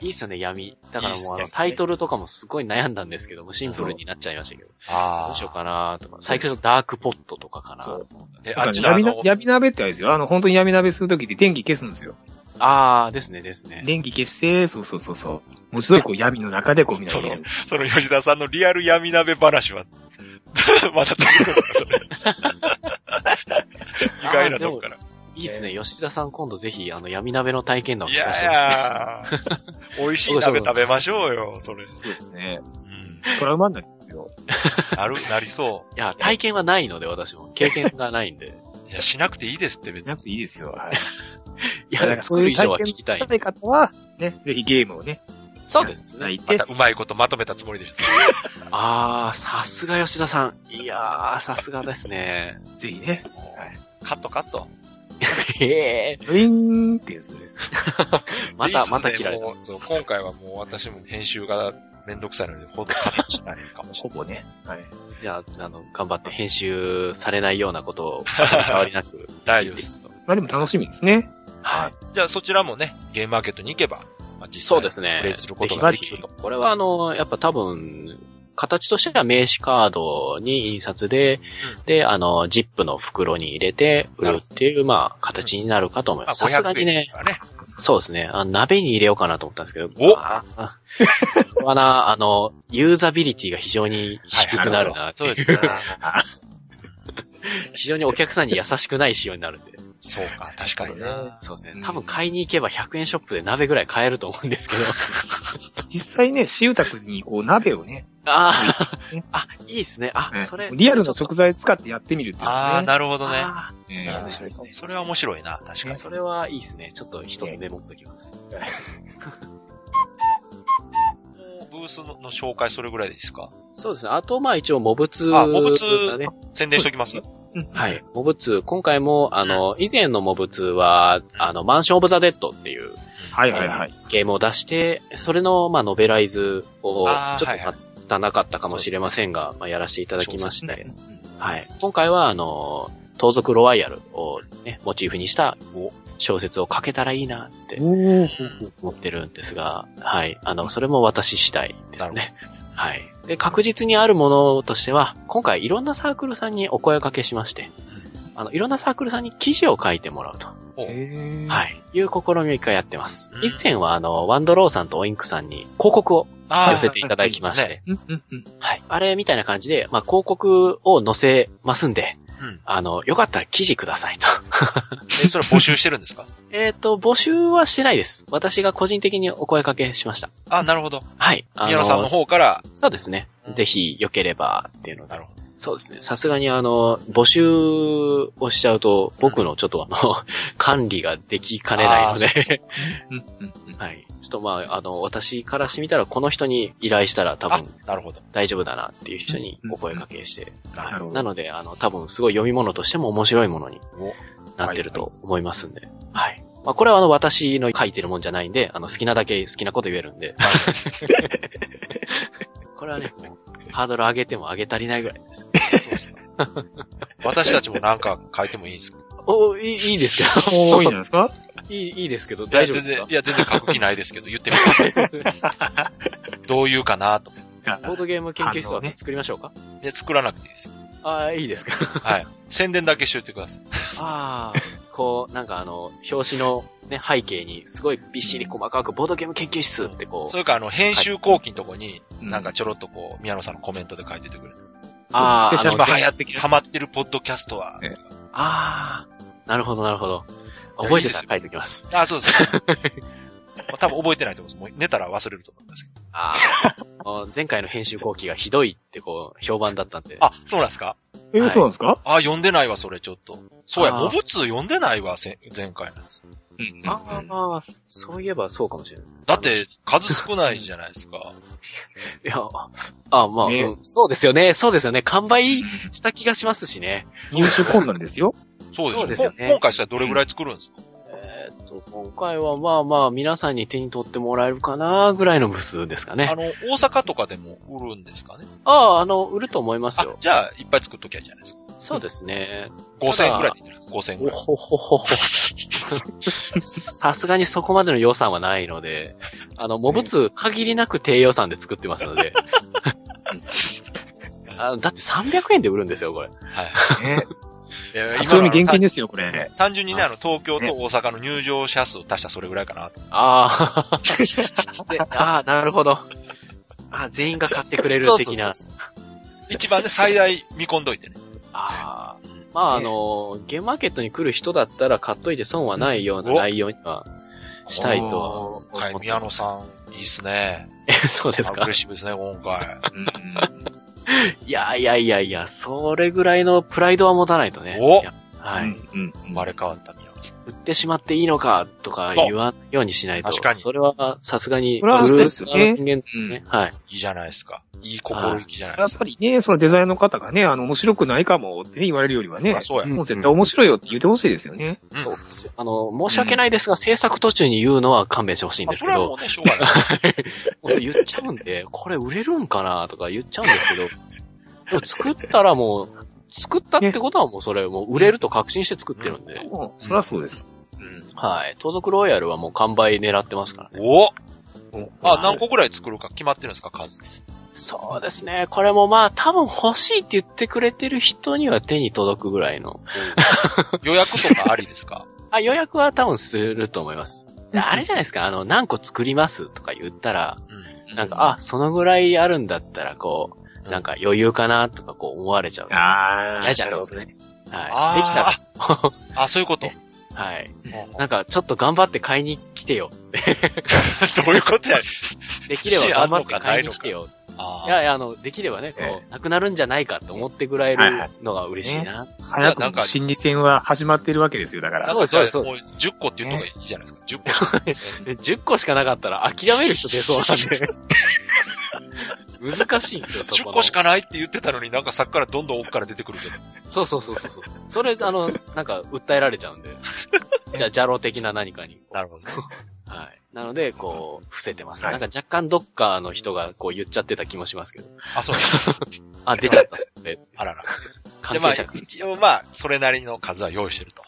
S4: いいっすよね、闇。だからもう
S3: い
S4: あ
S3: いっ
S4: の
S3: すね
S4: タイトルとかもすごい悩んだんですけども、シンプルになっちゃいましたけど。ど
S3: あ
S4: うしよ
S3: あ。
S4: うかなとか。最近のダークポットとかかな
S2: そう
S3: え、あっ
S2: あっち
S3: ちのあの、
S2: 闇鍋ってあれですよ。あの、本当に闇鍋するときって電気消すんですよ。
S4: ああ、ですね、ですね。
S2: 電気消して、そうそうそうそう。もうちょいこう闇の中でこうみんな 入れる。
S3: その吉田さんのリアル闇鍋話は、 まだ続くんですか、それ。意外なとこから。
S4: いいっすね。吉田さん今度ぜひ、あの、闇鍋の体験談を
S3: い
S4: 聞か
S3: や
S4: せ
S3: い
S4: てほしい
S3: や、美味しい鍋食べましょうよ、それ。
S2: そうですね。
S3: うん。
S2: トラウマになるんですよ。
S3: なる、なりそ
S4: いや、体験はないので、私も。経験がない んで。
S3: う。いや、しなくていいですって別
S2: な
S3: に。
S2: くていいですよ。はい。
S4: いや、作る以上は聞きたい
S2: 食。べ方は、ね、ぜひゲームをね、
S4: そうです
S2: や
S4: ね。
S2: い
S3: ま
S2: て
S3: た、うまいことまとめたつもりでしょ。
S4: あー、さすが吉田さん。いやー、さすがで すね。
S2: ぜひね、
S3: カットカット。
S4: へえ。
S2: ウィーンってやつで。
S4: ま
S3: いい
S4: た
S3: っ、すね
S4: また切られた。
S3: もうそう、今回はもう私も編集がめんどくさいので、ほとんどカットしないかもし
S2: ほ
S3: れない。
S2: ぼね。はい。
S4: じゃあ、あの、頑張って編集されないようなこと を、触りなく。
S3: 大丈夫です。
S2: まあでも楽しみですね。
S4: はい。
S3: じゃあそちらもね、ゲームマーケットに行けば、まあ、実際
S4: そうですね。
S3: プレイすることができると。
S4: これはあの、やっぱ多分、形としては名刺カードに印刷で、で、あの、ジップの袋に入れて売るっていう、まあ、形になるかと思い
S3: まあ、
S4: ます。さすが
S3: 500
S4: に
S3: 円で
S4: ね
S3: す、からね。
S4: そうですね。あの鍋に入れようかなと思ったんですけど、
S3: お
S4: ああそこはな、あの、ユーザビリティが非常に低くなるな。
S3: そうですね。
S4: 非常にお客さんに優しくない仕様になるんで。
S3: そうか、確かにね。
S4: そうです
S2: う
S4: ね
S2: ん。
S4: 多分買いに行けば100円ショップで鍋ぐらい買えると思うんで すけど。
S2: 実際ね、しゆたくんに、こう、鍋を ね、
S4: ああ、あ、いいですね。あ、それ。
S2: リアルな食材使ってやってみるっていうの
S3: ああ、
S2: ね。
S3: なるほどね。
S4: あ
S2: うん面白いですね
S3: それは面白いな、確か
S4: ー
S3: に。
S4: それはいいですね。ちょっと一つメモっときます。
S3: ブースのの紹介それぐらいでいいですか
S4: そうですね。あと、まあ一応、モブツ
S3: あモブツ
S4: がね。
S3: 宣伝しときます
S2: うん
S4: はい。モブツ、今回も、あの、以前のモブツは、あの、マンション・オブ・ザ・デッドっていう
S2: はいはいはい。
S4: ゲームを出して、それの、まあ、ノベライズを、ちょ
S3: あー
S4: っと、ま
S3: はいは
S4: あ、拙なかったかもしれませんが、まあ、やらせていただきまし
S3: そうで
S4: て
S3: す、ね
S4: はい。今回は、あの、盗賊ロワイヤルをね、モチーフにした小説を書けたらいいなって
S2: おー
S4: 思ってるんですが、はい。あの、それも私次第です
S3: な
S4: ね。はい。で、確実にあるものとしては、今回いろんなサークルさんにお声掛けしまして、あの、いろんなサークルさんに記事を書いてもらうと、
S2: へー
S4: はい。いう試みを一回やってます
S3: う。ん
S4: 以前は、あの、ワンドローさんとオインクさんに広告を
S3: あ
S4: 寄
S3: あ、
S4: せていただき まして、
S2: うんうんうん。
S4: はい。あれみたいな感じで、まあ、広告を載せますんで、
S3: うん
S4: あの、よかったら記事くださいと。
S3: え、それ募集してるんですか
S4: えっと、募集はしてないです。私が個人的にお声掛けしました。
S3: あ、なるほど。
S4: はい。あ
S3: 宮野さんの方から、
S4: そうですね
S3: うん。
S4: ぜひ、良ければっていうの
S3: な
S4: だ
S3: る
S4: ろ
S3: ほ
S4: う。そうですね。さすがに、あの、募集をしちゃうと、僕のちょっとあの、管理ができかねないの
S3: あー
S4: で、
S2: うんうんうん。
S4: はい。ちょっとまあ、あの、私からしてみたら、この人に依頼したら多
S3: あ
S4: 分、
S3: なるほど。
S4: 大丈夫だなっていう人にお声掛けして、
S3: な
S2: るほど
S4: なので、あの、多分、すごい読み物としても面白いものに
S3: お
S4: なってると思いますんで、はい。まあ、これはあの、私の書いてるもんじゃないんで、あの、好きなだけ好きなこと言えるんで。これはね、もうハードル上げても上げ足りないぐらいです。
S3: そうですか私たちもなんか書いてもいいんですか
S4: おいい、いいですけ
S2: おーいいんじゃないですか
S4: ど、いい、いいですけど、 大丈夫です
S3: いや全
S4: か
S3: 然、いや、全然書く気ないですけど、言ってみて。 どういうかなと。
S4: ボードゲーム研究室
S2: あの
S4: は
S2: ね
S4: 作りましょうか
S3: いや、作らなくていいです。
S4: ああ、いいですか
S3: はい。宣伝だけしといてください。
S4: ああ、 こう、なんかあの、表紙のね、背景に、すごいびっしり細かく、ボードゲーム研究室ってこ、
S3: そうれか、あの、編集後期のとこに、
S2: うん
S3: なんかちょろっとこう、宮野さんのコメントで書いててくれて。
S4: あ
S2: そ
S4: ー
S2: うスペシャ
S3: 今
S2: ル
S3: 流
S2: セン
S3: 行
S2: ス
S3: って
S2: 的な
S3: ハマってるポッドキャストは。
S2: ね
S4: ああ、なるほど、なるほど。
S3: いや
S4: 覚え
S3: いい
S4: て
S3: で
S4: た
S3: すよ
S4: ら書いておきます。
S3: あ、そうです。まあ多分覚えてないと思います。もう寝たら忘れると思いますけど。
S4: ああ、もう前回の編集後期がひどいってこう、評判だったんで。
S3: あ、そうなんですか
S2: えー、そうなんですか
S3: あ、読んでないわ、それちょっと。そうや、
S4: あー
S3: モブツ読んでないわ、せ前回のやつ。
S2: うん
S4: ああまあ、そういえばそうかもしれない。
S3: だって、数少ないじゃないですか。
S4: いや、ああまあ、
S2: ね
S4: うんそうですよね、そうですよね。完売
S2: うん
S4: した気がしますしね。
S2: 入手困難ですよ。
S3: そうでしょ
S4: そうですよね
S3: こ今回したらどれぐらい作るんですか、
S4: えーっと、今回はまあまあ、皆さんに手に取ってもらえるかな、ぐらいの部数ですか
S3: あ
S4: ね。
S3: の、大阪とかでも売るんですかね
S4: ああ、あの、売ると思います
S3: あ
S4: よ、。
S3: じゃあ、いっぱい作っときゃいいじゃないですか。
S4: そうですね。
S3: 5000円
S4: ただ
S3: ぐらいでいいんじゃないですか ?5000 円ぐ
S4: お
S3: らい。
S4: ほほほほ。さすがにそこまでの予算はないので、あの、モブツ限りなく低予算で作ってますので。あのだって300円で売るんですよ、これ。
S3: はい。
S2: ね。
S3: いや
S2: 非常に現金
S3: 単
S2: ですよ、これ。
S3: 単純にね、あの、東京と大阪の入場者数を足したらそれぐらいかなと。
S4: ああ。 でああ、なるほど。ああ、全員が買ってくれる的
S3: そ
S4: な。
S3: うそうそうそう一番ね、最大見込んどいてね。
S4: ああ。まあ、あの、ゲームマーケットに来る人だったら買っといて損はないような内容にはしたいとは思ってます
S3: はい、宮野さん、いいっすね。
S4: そうです
S3: ア
S4: か
S3: グレッ。シブですね、今回。
S4: いやいやいやいや、それぐらいのプライドは持たないとね。
S3: お
S4: いやはい。
S2: うん。
S3: 生まれ変わった宮野さん。
S4: 売ってしまっていいのかとか言わんようにしないと。
S3: 確かに
S4: それはさすがに、
S2: それは
S4: 売
S2: そう
S4: る
S2: ですよ
S4: 人
S2: ね
S4: 間ですね。はい。
S3: いいじゃないですか。いい心意気じゃないで
S2: やっ
S3: す
S2: ぱ
S3: か。
S2: りね、そのデザイナーの方がね、あの、面白くないかもってね言われるよりはね
S3: あ、そうや。
S4: ん
S2: もう絶対面白いよって言ってほしいですよね。
S3: うん
S4: そうですよ。あの、申し訳ないですが、制作途中に言うのは勘弁してほしいん
S3: まあ、
S4: で
S3: そ
S4: すけ
S3: れは
S4: ど
S3: も、うね、しょうがない。
S4: もうそれ言っちゃうんで、これ売れるんかなとか言っちゃうんですけど、でも作ったらもう、作ったってことはもうそれ、もう売れると確信して作ってるんで、
S2: もうそりゃそうです。
S3: うん
S4: はい。盗賊ロイヤルはもう完売狙ってますからね。
S3: お
S2: お
S3: あ、何個ぐらい作るか決まってるんですか、数。
S4: そうですね。これもまあ、多分欲しいって言ってくれてる人には手に届くぐらいの。
S3: 予約とかありですか
S4: あ、予約は多分すると思います。あれじゃないですか、あの、何個作りますとか言ったら、
S3: うん。
S4: なんか、あ、そのぐらいあるんだったら、こう、なんか余裕かなとかこう思われちゃう。
S2: あ
S4: 嫌じゃないです
S2: す
S4: か
S2: ね。
S4: ね。 はい。できたら
S3: ああ、あ、そういうこと。
S4: はい。
S3: うん
S4: なんか、ちょっと頑張って買いに来てよ。
S3: どういうことやねん
S4: で
S3: 自
S4: きれ
S3: 信あ
S4: ば
S3: んの
S4: 頑張って
S3: か
S4: 買いに来てよ。
S3: あ
S4: い
S3: ー
S4: やいや、あの、できればね、こ
S2: え
S4: う、なくなるんじゃないかと思ってぐらい
S2: はいは
S4: のが嬉しいな。
S3: じゃあ
S2: 早く
S3: なん
S2: も
S3: か
S2: 心理戦は始まってるわけですよ、だから。
S4: そうですそうですそう
S3: もう10個って言うとかいいじゃないですか。10個し かないですね。
S4: で10個しかなかったら諦める人出そうなんで。難しいんですよ、そこ
S3: 10
S4: の。
S3: 個しかないって言ってたのになんかさっきからどんどん奥から出てく るけど。
S4: そうそうそうそうそう。それ、あの、なんか、訴えられちゃうんで。じゃあ、邪路的な何かに。
S3: なるほどね。
S4: はい。なので、こう、伏せてます。
S2: はい
S4: なんか若干どっかの人がこう言っちゃってた気もしますけど。
S3: あ、そうなんだ
S4: あ、出ちゃったっすね。
S3: あらら。
S4: 関
S3: で、まあ
S4: 係者が、
S3: 一応まあ、それなりの数は用意してると。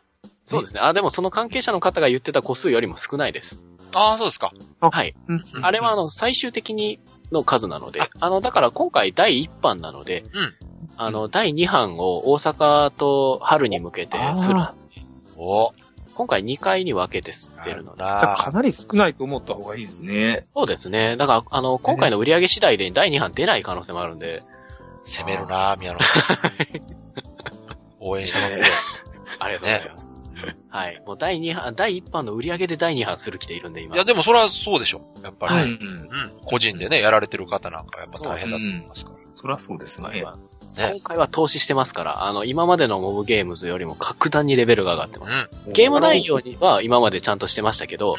S4: そうですね。あ、でもその関係者の方が言ってた個数よりも少ないです。
S3: ああ、そうですか。
S4: はい。
S2: うん
S4: あれはあの、最終的にの数なので、あの、だから今回第1版なので、
S3: うん
S4: あの、第2版を大阪と春に向けてする。
S2: あ
S3: お
S4: 今回2回に分けて吸ってるので。
S2: じゃあ
S3: な
S2: か
S3: あ
S2: なり少ないと思った方がいいですね。
S4: そうですね。だから、あの、今回の売り上げ次第で第2版出ない可能性もあるんで、
S3: 攻めるなあ宮野さ ん。応援してますよ。
S4: ありがとうございます。 はい。もう第2版、第1版の売り上げで第2版する気でいるんで、今。
S3: いや、でもそれはそうでしょ。やっぱり。
S2: は。
S4: はいい
S2: うん。
S3: うん。個人でね、やられてる方なんかやっぱ大変だと思いますから。
S2: そりゃそうです
S4: まあ
S2: ね。
S4: 今
S3: ね
S4: 今回は投資してますから、あの、今までのモブゲームズよりも格段にレベルが上がってます。
S3: う
S4: ゲーム内容には今までちゃんとしてましたけど、
S3: ん。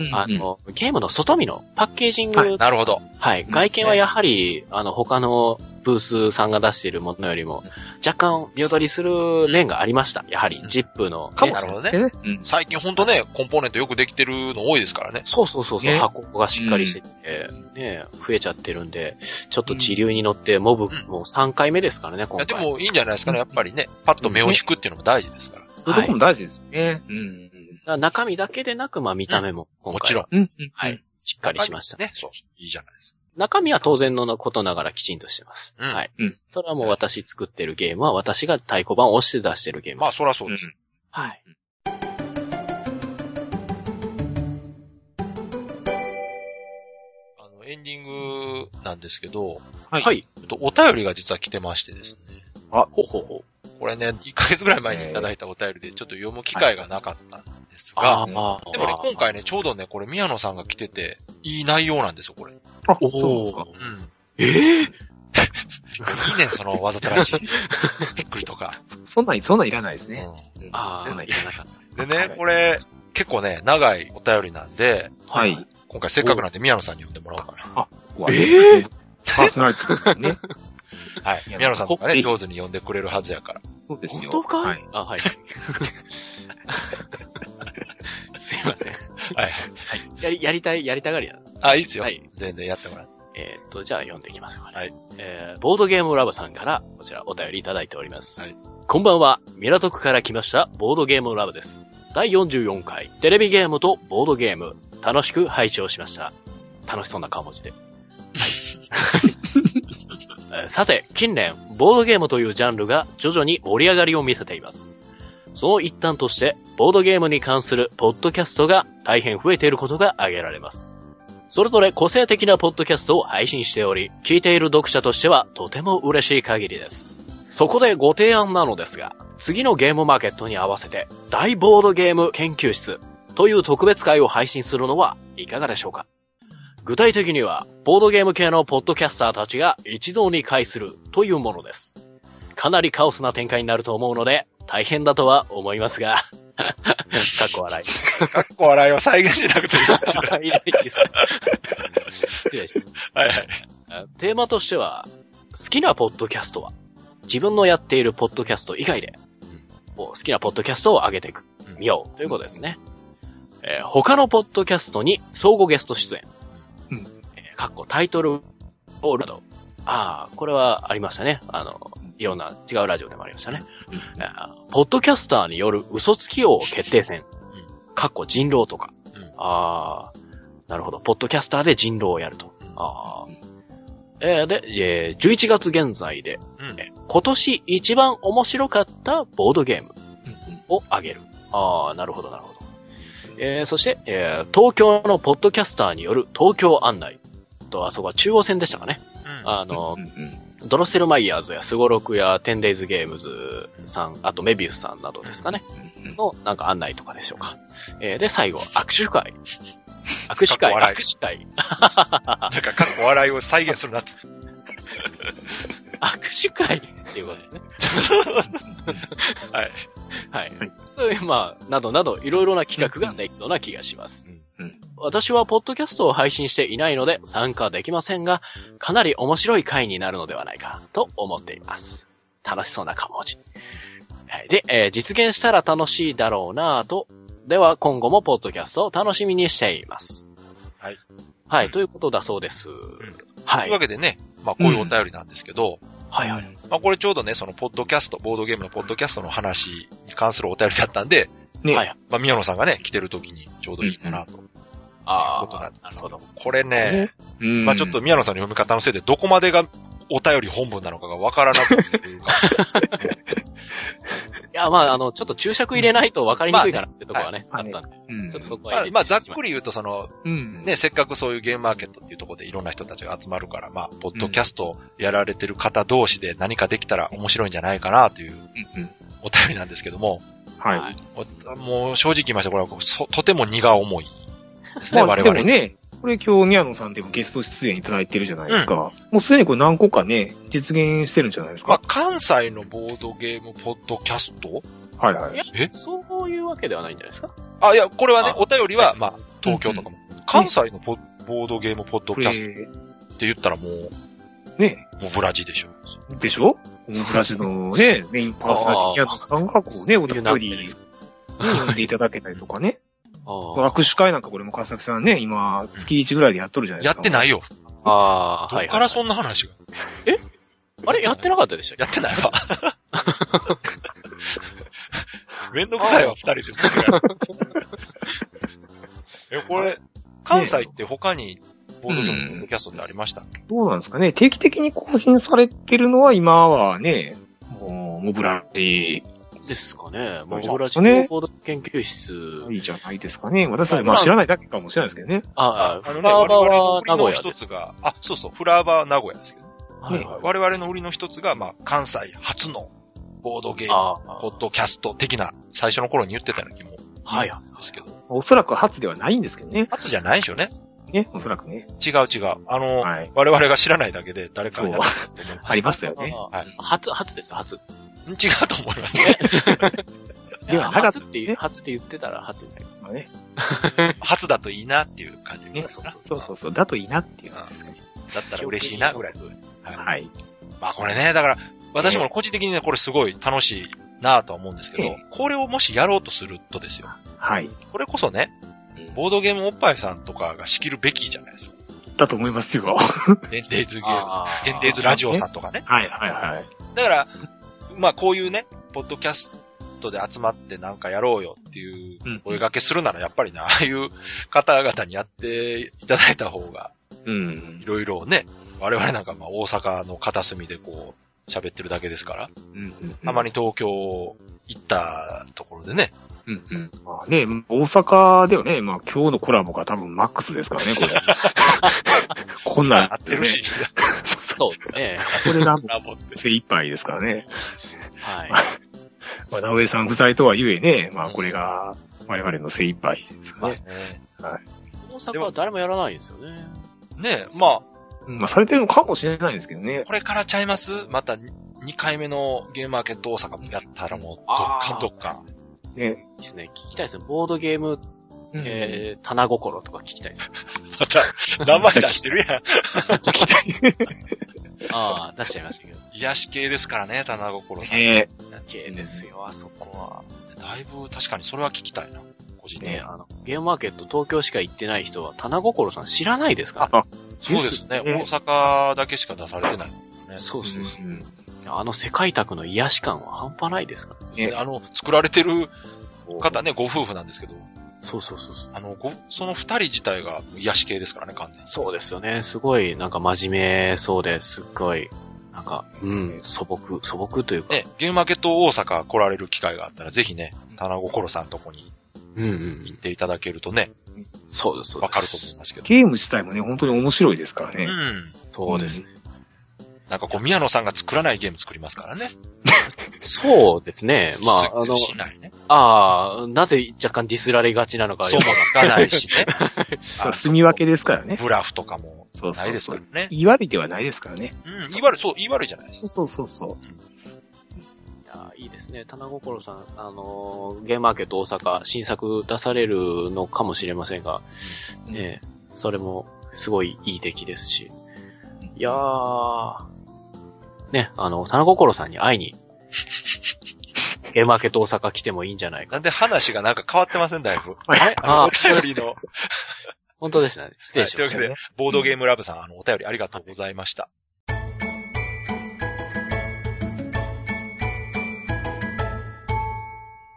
S3: うん
S2: うん
S4: あ、の、ゲームの外見のパッケージング、
S2: は
S4: はいい、
S3: なるほど。
S4: 外見はやはり、あの、他のブースさんが出しているものよりも、若干見劣りする面がありました。やはり
S3: う、ん
S4: ジップの、
S2: か
S4: ね
S2: も
S3: な
S2: し
S3: るほど
S2: れない
S3: ね
S2: ですね。うん
S3: 最近ほんとね、コンポーネントよくできてるの多いですからね。
S4: そうそうそうそう、
S2: ね
S4: 箱がしっかりしてて、ね、増えちゃってるんで、ちょっと地流に乗って、モブ
S3: うん
S4: もう3回目ですからね、
S3: い
S4: 今
S3: や
S4: 回。
S3: でもいいんじゃないですかね。やっぱりね、パッと目を引くっていうのも大事ですから。
S2: そういうとこも大事ですね。うん。
S4: だから中身だけでなく、まあ見た目も今回は、
S3: もちろん。
S2: うん。
S4: は
S2: うん
S4: い。。しっかりしました。
S3: ね。そうそう。いいじゃないですか。
S4: 中身は当然のことながらきちんとしてます。
S3: うん
S4: はい、
S2: うん
S4: それはもう私作ってるゲームは私が太鼓判を押して出してるゲーム。
S3: まあ、そらそうです。
S4: はい。
S3: あの、エンディングなんですけど、
S2: はい
S4: はい。
S3: ちょっとお便りが実は来てましてですね。
S2: あ、
S4: ほうほうほう。
S3: これね、1ヶ月ぐらい前にいただいたお便りで、ちょっと読む機会がなかったんです
S4: あ
S3: が、
S4: あ、まあ。
S3: でもね、今回ね、ちょうどね、これ宮野さんが来てて、いい内容なんですよ、これ。
S2: あ、
S4: お
S2: そうなんです
S3: う
S2: か。
S3: ん。い
S4: え
S3: い
S4: え
S3: ね、そのわざとらしい。 びっくりとか。
S2: そそんなに、そんなんいらないです
S3: う
S2: ね。
S3: ん
S2: うん
S4: あ
S2: そんなん
S4: あ、
S2: い
S4: い
S2: らな
S4: らないかっ
S3: でね、これ、結構ね、長いお便りなんで、
S4: た。
S2: はい。。
S3: 今回せっかくなんで宮野さんに読んでもらおうかな。
S2: ええパ ーソナリティね。
S3: はい。
S2: いや
S3: 宮野さんとか
S4: ほっ
S3: ね、
S4: こり
S3: 上手に読んでくれるはずやから。
S2: そうですよ。
S4: 本当か
S2: はい。
S4: あ、 はい。すいません。
S3: はい。
S4: やり、やりたい、やりたがりなんです。
S3: あ、いいっすよ
S4: はい。
S3: 全然やってもらって。
S4: えーっと、じゃあ読んでいきますかね。
S3: はい。
S4: えーボードゲームラボさんから、こちらお便りいただいております。
S3: はい
S4: こんばんは、港区から来ました、ボードゲームラボです。第44回、テレビゲームとボードゲーム、楽しく拝聴しました。楽しそうな顔文字で。はいえー さて、近年、ボードゲームというジャンルが徐々に盛り上がりを見せています。その一端として、ボードゲームに関するポッドキャストが大変増えていることが挙げられます。それぞれ個性的なポッドキャストを配信しており、聞いている読者としてはとても嬉しい限りです。そこでご提案なのですが、次のゲームマーケットに合わせて、大ボードゲーム研究室という特別会を配信するのはいかがでしょうか具体的には、ボードゲーム系のポッドキャスターたちが一堂に会するというものです。かなりカオスな展開になると思うので、大変だとは思いますが、 かっこ笑い。
S5: かっこ笑いは再現しなくていい です。
S4: いやいいです失礼しま
S5: はい
S4: し
S5: はい。
S4: た。テーマとしては、好きなポッドキャストは自分のやっているポッドキャスト以外で、もう好きなポッドキャストを上げていく、
S3: うん
S4: 見ようということですね。えー他のポッドキャストに相互ゲスト出演。
S2: うん
S4: えーかっこタイトルをルド。ああ、これはありましたね。あの、いろんな違うラジオでもありましたね。あーポッドキャスターによる嘘つき王決定戦。かっこ人狼とか。
S3: うん
S4: ああ、なるほど。ポッドキャスターで人狼をやると。
S3: うん
S4: ああ。えーで、えー11月現在で、
S3: うん
S4: えー今年一番面白かったボードゲームをあげる。ああ、なるほど、なるほど。えーそして、えー東京のポッドキャスターによる東京案内。と、あそこは中央線でしたかね。
S3: うん。
S4: あの、
S2: うんうん
S4: ドロッセルマイヤーズやスゴロクやテンデイズゲームズさん、あとメビウスさんなどですかね。
S2: うん
S4: の、なんか案内とかでしょうか。えーで、最後、握手会。握手会、
S3: かっこ笑い
S4: 握手会。
S3: なんか、かっこ笑いを再現する なって。
S4: 握手会っていうことですね。
S3: はい。
S4: はい
S2: はい。
S4: そういうまあ、などなど、いろいろな企画ができそうな気がします
S3: うん。
S2: うん
S4: 私は、ポッドキャストを配信していないので、参加できませんが、かなり面白い回になるのではないか、と思っています。楽しそうな顔文字。はいで、えー実現したら楽しいだろうなぁと、では、今後もポッドキャストを楽しみにしています。
S3: はい。
S4: はい、ということだそうです。
S3: と
S4: はいいう
S3: わ。けでね、まあ、こういうお便りなんですけど、
S4: はいはい。
S3: まあ、これちょうどね、その、ポッドキャスト、ボードゲームのポッドキャストの話に関するお便りだったんで、
S2: ね
S4: はい。
S3: まあ、宮野さんがね、来てる時にちょうどいいかなという
S4: あ
S3: ことなん
S4: あ、な
S3: で
S4: る
S3: すけ
S4: ほ
S3: ど
S4: ど。。
S3: これね、
S2: うん
S3: まあ、ちょっと、宮野さんの読み方のせいで、どこまでがお便り本文なのかがわからなくなると いうか、
S4: いや、まあ、あの、ちょっと注釈入れないと分かりにくいかなってとこはね、
S2: まあね
S4: あったんで、
S2: うん
S4: ちょっとそこは
S3: まあ
S4: 入れてしまい、
S3: まあ、ざっくり言うと、その、
S2: うん。
S3: ね、せっかくそういうゲームマーケットっていうところでいろんな人たちが集まるから、まあ、ポッドキャストやられてる方同士で何かできたら面白いんじゃないかなという
S2: うんうん
S3: お便りなんですけども、
S2: はい。
S3: おもう正直言いました、これはそとても荷が重いですね、
S2: まあ
S3: 我々。
S2: でもね、これ今日宮野さんでもゲスト出演いただいてるじゃないですか。もうすでにこれ何個かね、実現してるんじゃないです
S3: まあ
S2: か。、
S3: 関西のボードゲームポッドキャスト
S2: はいはい
S4: や
S2: い。
S3: え
S4: そういうわけではないんじゃないですか
S3: あ、いや、これはね
S4: あ、
S3: お便りは、まあ、東京とかも。関西のポボードゲームポッド
S2: こ
S3: キャストっ
S2: れ、
S3: て言ったらもう、
S2: ね、
S3: もうブラジでしょ。
S2: でしょこのブラジルの ね、メインパーソナリティ宮野さんがこうね、
S4: そう
S2: お
S4: いう
S2: 便
S4: 流
S2: り
S4: れで
S2: に
S4: す
S2: 呼んでいただけたりとかね。
S4: あ
S2: 握手会なんかこれも川崎さんね、今、月1ぐらいでやっとるじゃないで
S3: やっ
S2: すか。
S3: てないよ。
S4: あー、
S3: ど
S4: は
S3: っ
S4: い
S3: か
S4: はい。
S3: らそんな話が。
S4: あれやってなかったでしたっけ
S3: やってないわ。めんどくさいわ、二人で。 え、これ、関西って他に、ボードゲームポッドキャストってありましたっけ、
S2: どうなんですかね定期的に更新されてるのは今はね、もう、モブラジ
S4: ですかね。モ
S2: うじ
S4: グ
S2: ゃない
S4: ラ
S2: です
S4: 情
S2: かね
S4: 報研究室。
S2: いいじゃないですかね。私たちまあ知らないだけかもしれないですけどね。
S4: ああ、
S3: あ
S4: フ
S3: の
S4: ラ
S3: ね、
S4: バ
S3: 我
S4: ー
S3: 々の
S4: は
S3: 売り
S4: 名古
S3: の
S4: 屋
S3: 一
S4: です。
S3: つが、あ、そうそう、フラーバー名古屋ですけど、
S4: はいはい。
S3: 我々の売りの一つが、まあ、関西初のボードゲーム、
S4: ああ
S3: ポ、ッドキャスト的な、最初の頃に言ってたような気も
S4: はいはい。
S3: ですけど、
S2: おそらく初ではないんですけどね。
S3: 初じゃないでしょうね。
S2: ね、おそらくね。
S3: 違う違う。あの、
S2: はい。
S3: 我々が知らないだけで誰か
S2: そう
S3: にやっ。てると思います。
S2: ありましたよね。
S4: ああ
S3: はい
S4: 初、初ですよ、初。
S3: 違うと思います ね。
S2: ではなかった
S4: 初って言う、初って言ってたら初になります。
S2: まあね
S3: 初だといいなっていう感じ
S2: ね
S3: ですな。
S2: そうそうそう。だといいなっていうやつですかね。
S3: だったら嬉しいなぐらい。。は
S2: はい。
S3: まあこれね、だから、私も個人的にね、これすごい楽しいなとは思うんですけ
S2: え
S3: ど
S2: え、
S3: これをもしやろうとするとですよ。
S2: はい。
S3: それこそね、ボードゲームおっぱいさんとかが仕切るべきじゃないですか。
S2: だと思いますよ。は
S3: テンデイズゲーム、
S4: ああ
S3: テンデイズラジオさんとかね。
S2: いはいはい。
S3: だから、まあこういうね、ポッドキャストで集まってなんかやろうよっていう
S2: うん
S3: お。掛けするならやっぱりな、ああいう方々にやっていただいた方が、
S2: うん
S3: い。ろいろね、我々なんかまあ大阪の片隅でこう、喋ってるだけですから、
S2: うん
S3: たまに東京行ったところでね、
S2: うんうん。まあね、大阪ではね、まあ今日のコラボが多分マックスですから ね、これ。こんなんあ
S3: 合
S2: っ
S3: ってて
S2: る
S3: るし
S2: し。、
S4: そうですね。
S2: これがもう
S3: ラボって。
S2: 精一杯ですからね。
S4: はい。
S2: まあ、直江さん不在とはゆえね、まあこれが我々の精一杯ですか
S3: まあ
S2: ね。
S3: ね。
S4: 大阪は誰もやらないんですよね。
S3: ねえ、ま
S2: まあされてるのかもしれないんですけどね
S3: あ、。これからちゃいますまた2回目のゲームマーケット大阪もやったらもう、どっかんどっかん。
S2: ね。
S4: いいですね。聞きたいですね。ボードゲーム、
S2: うん
S4: えー、棚心とか聞きたいですね。
S3: また、名前出してるやん。
S4: ああ、出しちゃいましたけど。
S3: 癒し系ですからね、棚心さん。
S2: ね
S4: 系ですよ、あそこは。
S3: だいぶ確かにそれは聞きたいな。個人的に。
S4: ね、あの、ゲームマーケット東京しか行ってない人は、棚心さん知らないですからね。
S3: そうですね。
S2: で
S3: 大阪だけしか出されてない。ね
S4: そうそうそうう。
S2: ん
S4: あの世界卓の癒し感は半端ないですからね。
S3: ねあの、作られてる方ね、ご夫婦なんですけど、
S4: そうそうそうそう。
S3: あの、ご、その二人自体が癒し系ですからね、完全に。
S4: そうですよね。すごい、なんか真面目そうですっごい、なんか、うん、素朴、素朴というか。
S3: ね、ゲームマーケット大阪来られる機会があったら、ぜひね、棚心さんとこに
S4: うんうん
S3: 行。っていただけるとね、
S4: そうです、そうです。
S3: わかると思いますけど。
S2: ゲーム自体もね、本当に面白いですから
S3: う
S2: ね。
S3: ん。
S4: そうですね。
S3: なんかこう、宮野さんが作らないゲーム作りますからね。
S4: そうですね。まあ、あ
S3: す
S4: の、
S3: しないね。
S4: ああ、なぜ若干ディスられがちなのか。
S3: そうもつかないしね。
S2: そう住み分けですからね。
S3: ブラフとかも
S2: そう
S3: な
S2: そ
S3: いうです
S2: そ
S3: か
S2: う。
S3: らね。
S2: 言われてはないですからね。
S3: うん、いわゆる、そう、いわゆるじゃないです。
S2: そうそうそうそう。
S4: いやいいですね。棚心さん、あのーゲームマーケット大阪、新作出されるのかもしれませんが、
S2: うん
S4: ねえそれもすごいいい出来ですし。いやー、ね、あの、棚心さんに会い に、ゲームマーケット大阪来てもいいんじゃないか。
S3: なんで話がなんか変わってません、だいぶ。
S4: あれあ
S3: お
S4: ー、
S3: 便りの、
S4: 本当ですね。失礼しま
S3: は
S4: した。
S3: いというわけで、ボードゲームラブさん、あの、お便りありがとうございました。
S4: はい。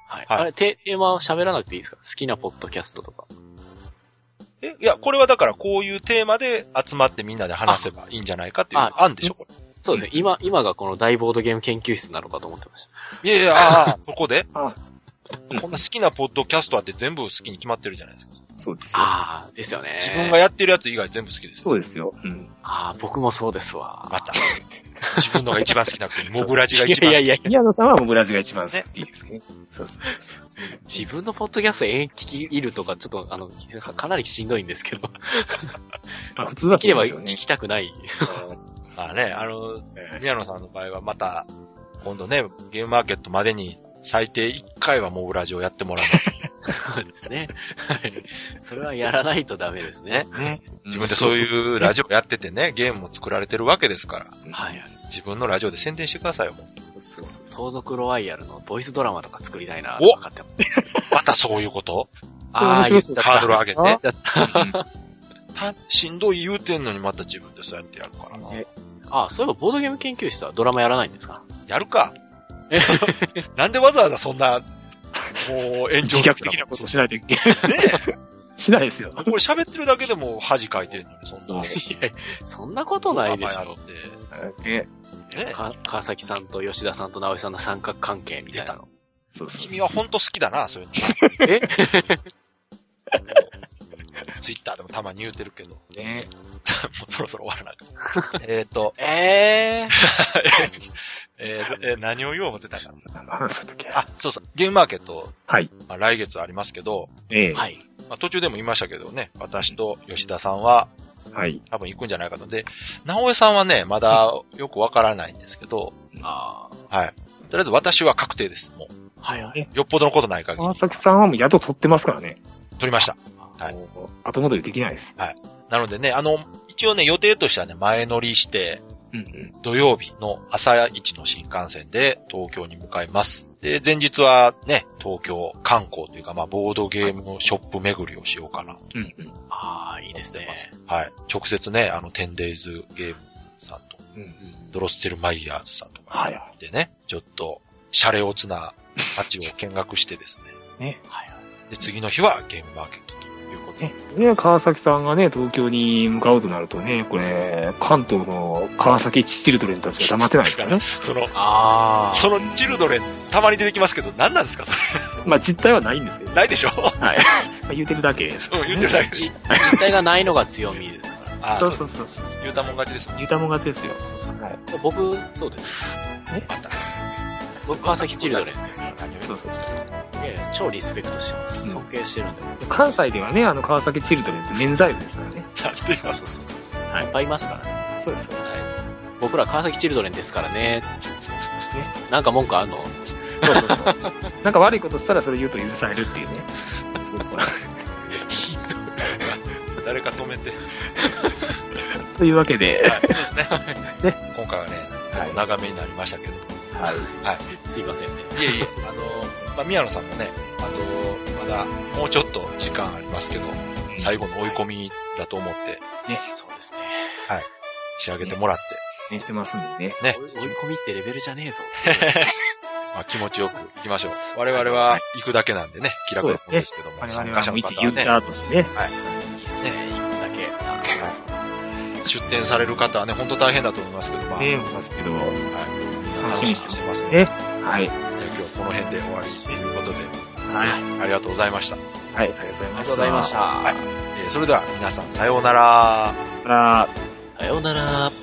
S3: はい
S4: あれ、テーマは喋らなくていいですか好きなポッドキャストとか。
S3: え、いや、これはだからこういうテーマで集まってみんなで話せばいいんじゃないかっていう
S4: あ
S3: 案でしょ、これ。
S4: そうですね。今、今がこの大ボードゲーム研究室なのかと思ってました。
S3: いやいや、ああ、そこで
S2: あ
S3: こんな好きなポッドキャストあって全部好きに決まってるじゃないですか。
S2: そうですよ。
S4: ああ、ですよね。
S3: 自分がやってるやつ以外全部好きです。
S2: そうですよ。うん。
S4: ああ、僕もそうですわ。
S3: また。自分のが一番好きなくせに、モグラジが一番
S4: い
S3: 好
S4: や
S3: き。
S4: いやいや、
S2: 宮野さんはもうブラジルが一番好きですね。そうそうそう。
S4: 自分のポッドキャスト延期いるとか、ちょっと、あの、かかなりしんどいんですけ ど、
S2: まあ普通は
S4: でき
S2: そう
S4: れば
S2: ですよ
S4: 聞
S2: ね。
S4: きたくない。
S3: まあね、あの、宮野さんの場合はまた、今度ね、ゲームマーケットまでに最低1回はモグラジをやってもらわないと
S4: そうですね。はい。それはやらないとダメですね。
S2: ね。
S3: 自分でそう
S2: う
S3: いうラジオやっててね、ゲームも作られてるわけですから、
S2: ん。
S4: はいはい。
S3: 自分のラジオで宣伝してくださいよ、もう
S2: そうそうそう。
S4: 相続ロワイヤルのボイスドラマとか作りたいな、
S3: お
S4: とかって。
S3: またそういうこと
S4: ああ、言っちゃった。
S3: ハードル上げて
S4: 言っちゃった
S3: た、しんどい言うてんのにまた自分でそうやってやるからな。
S2: ね
S4: ああ、そういえばボードゲーム研究室はドラマやらないんですか
S3: やるか
S4: え。
S3: なんでわざわざそんな、もう炎
S2: 自
S3: 上
S2: 虐的なことをしないといけない。
S3: ね
S2: しないですよ。
S3: え。これ喋ってるだけでも恥かいてんのに、そんな。
S4: いやいやそんなことないでし
S3: パパ
S4: ょ
S3: や。っ
S2: ね。
S3: て。ねえ。
S4: か川崎さんと吉田さんと直江さんの三角関係みたいなの。
S2: そうそうそう。
S3: 君はほんと好きだな、そういうの。
S4: え
S3: ツイッターでもたまに言うてるけど。も
S2: ね。
S3: うそろそろ終わらなあかん。えっと、
S4: ええ
S3: えーえー何を言おう思ってたかな。
S2: 何の話だったっけ
S3: あ、そうそう。ゲームマーケット、
S2: はい。
S3: まあ、来月ありますけど、
S2: ええ。
S4: はい。
S3: まあ、途中でも言いましたけどね、私と吉田さんは
S2: はい。
S3: 多分行くんじゃないかと。で、直江さんはね、まだよくわからないんですけど、
S4: あ
S3: はい。とりあえず私は確定です。もう、
S4: あ、はいはい。
S3: よっぽどのことない限り
S2: 川崎さんはもう宿取ってますからね。
S3: 取りました。はい
S2: もう。後戻りできないです。
S3: なのでね、あの、一応ね、予定としてはね、前乗りして、
S2: うんうん。
S3: 土曜日の朝一の新幹線で東京に向かいます。で、前日はね、東京観光というか、まあ、ボードゲームのショップ巡りをしようかなと
S2: うんうん。
S4: ああ、いい
S3: 思
S4: で
S3: っ
S4: す
S3: て
S4: ね
S3: ま。す。はい。直接ね、あの、10days ゲームさんと、
S2: うん
S3: ドロッセルマイヤーズさんとか、
S2: はいは
S3: でね、ちょっと、シャレオツな街を見学してですね。
S2: ね
S4: はい
S3: で、次の日はゲームマーケットというこ
S2: どね。で、川崎さんがね、東京に向かうとなるとね、これ、関東の川崎チルドレンたちが黙ってないです からね。
S3: その、
S4: あ
S3: そのチルドレン、たまに出てきますけど、何なんですかそれ。
S2: まあ実態はないんですけど、ま
S3: ないでしょ
S4: はい。
S2: あ、言うてるだけ。
S3: うん、言ってない。
S4: じ実体がないのが強みですから。
S3: あ
S2: そう
S3: で
S2: そう
S3: す
S2: そうそう。
S3: 言うたもん勝ちですもん。
S2: 言うたもん勝ちですよ。はい。
S4: 僕、そうですよ。
S3: また。
S4: 川崎チルドレン
S3: ですよ。
S2: そうそうそう。
S4: いやいや超リスペクトしてます。尊敬してるんで、いっ
S2: 関西ではね、あの、川崎チルドレンって免罪符ですからね。
S3: なんでよ
S4: ぱいいますからね。
S2: そうです、そうです。
S4: 僕ら川崎チルドレンですからね。なんか文句あんの
S2: そうそうそう。なんか悪いことしたらそれ言うと許されるっていうね。そう
S3: 誰か止めて。
S2: というわけで、
S3: はい、そうですね。
S2: ね
S3: 今回はね、
S2: はい
S3: 長めになりましたけど。い
S2: はい。
S4: すいませんね。
S3: えいえ、あの、まあ、宮野さんもね、あと、まだ、もうちょっと時間ありますけど、最後の追い込みだと思って、
S4: そうですね。
S3: 仕上げてもらって、
S2: 応援してますんでね。
S3: ね
S4: 追い追い込みってレベルじゃねえぞ。
S3: まあ、気持ちよく行きましょう。
S4: そう
S3: 我々は行くだけなんでね、気楽なも
S2: そ
S3: ん
S2: うで
S3: ですすけども、
S2: 我
S3: 参
S2: 々
S3: 加
S2: は
S3: 者
S2: もう
S3: の
S2: 一
S3: 方
S2: ユ
S3: は
S2: ー
S3: ね、
S2: ザーとしてね。
S4: いいっすね。行くだけ。
S3: 出店される方はね、本当大変だと思いますけど、まあ、
S2: ね、思いますけど、
S3: 楽
S2: 楽
S3: し
S2: し
S3: み
S2: み
S3: にし
S2: にしてて
S3: ま
S2: ますす
S3: ね。
S2: ね。はい。
S3: じゃあ今日この辺で終わりということで、
S2: はい。
S3: ありがとうございました。
S2: はい。ありがとうござい
S4: あり
S2: ま
S4: が
S2: し
S4: と
S2: た。
S4: うございました。
S3: えーそれでは皆さんさようなら。
S2: さよなら。
S4: さようなら。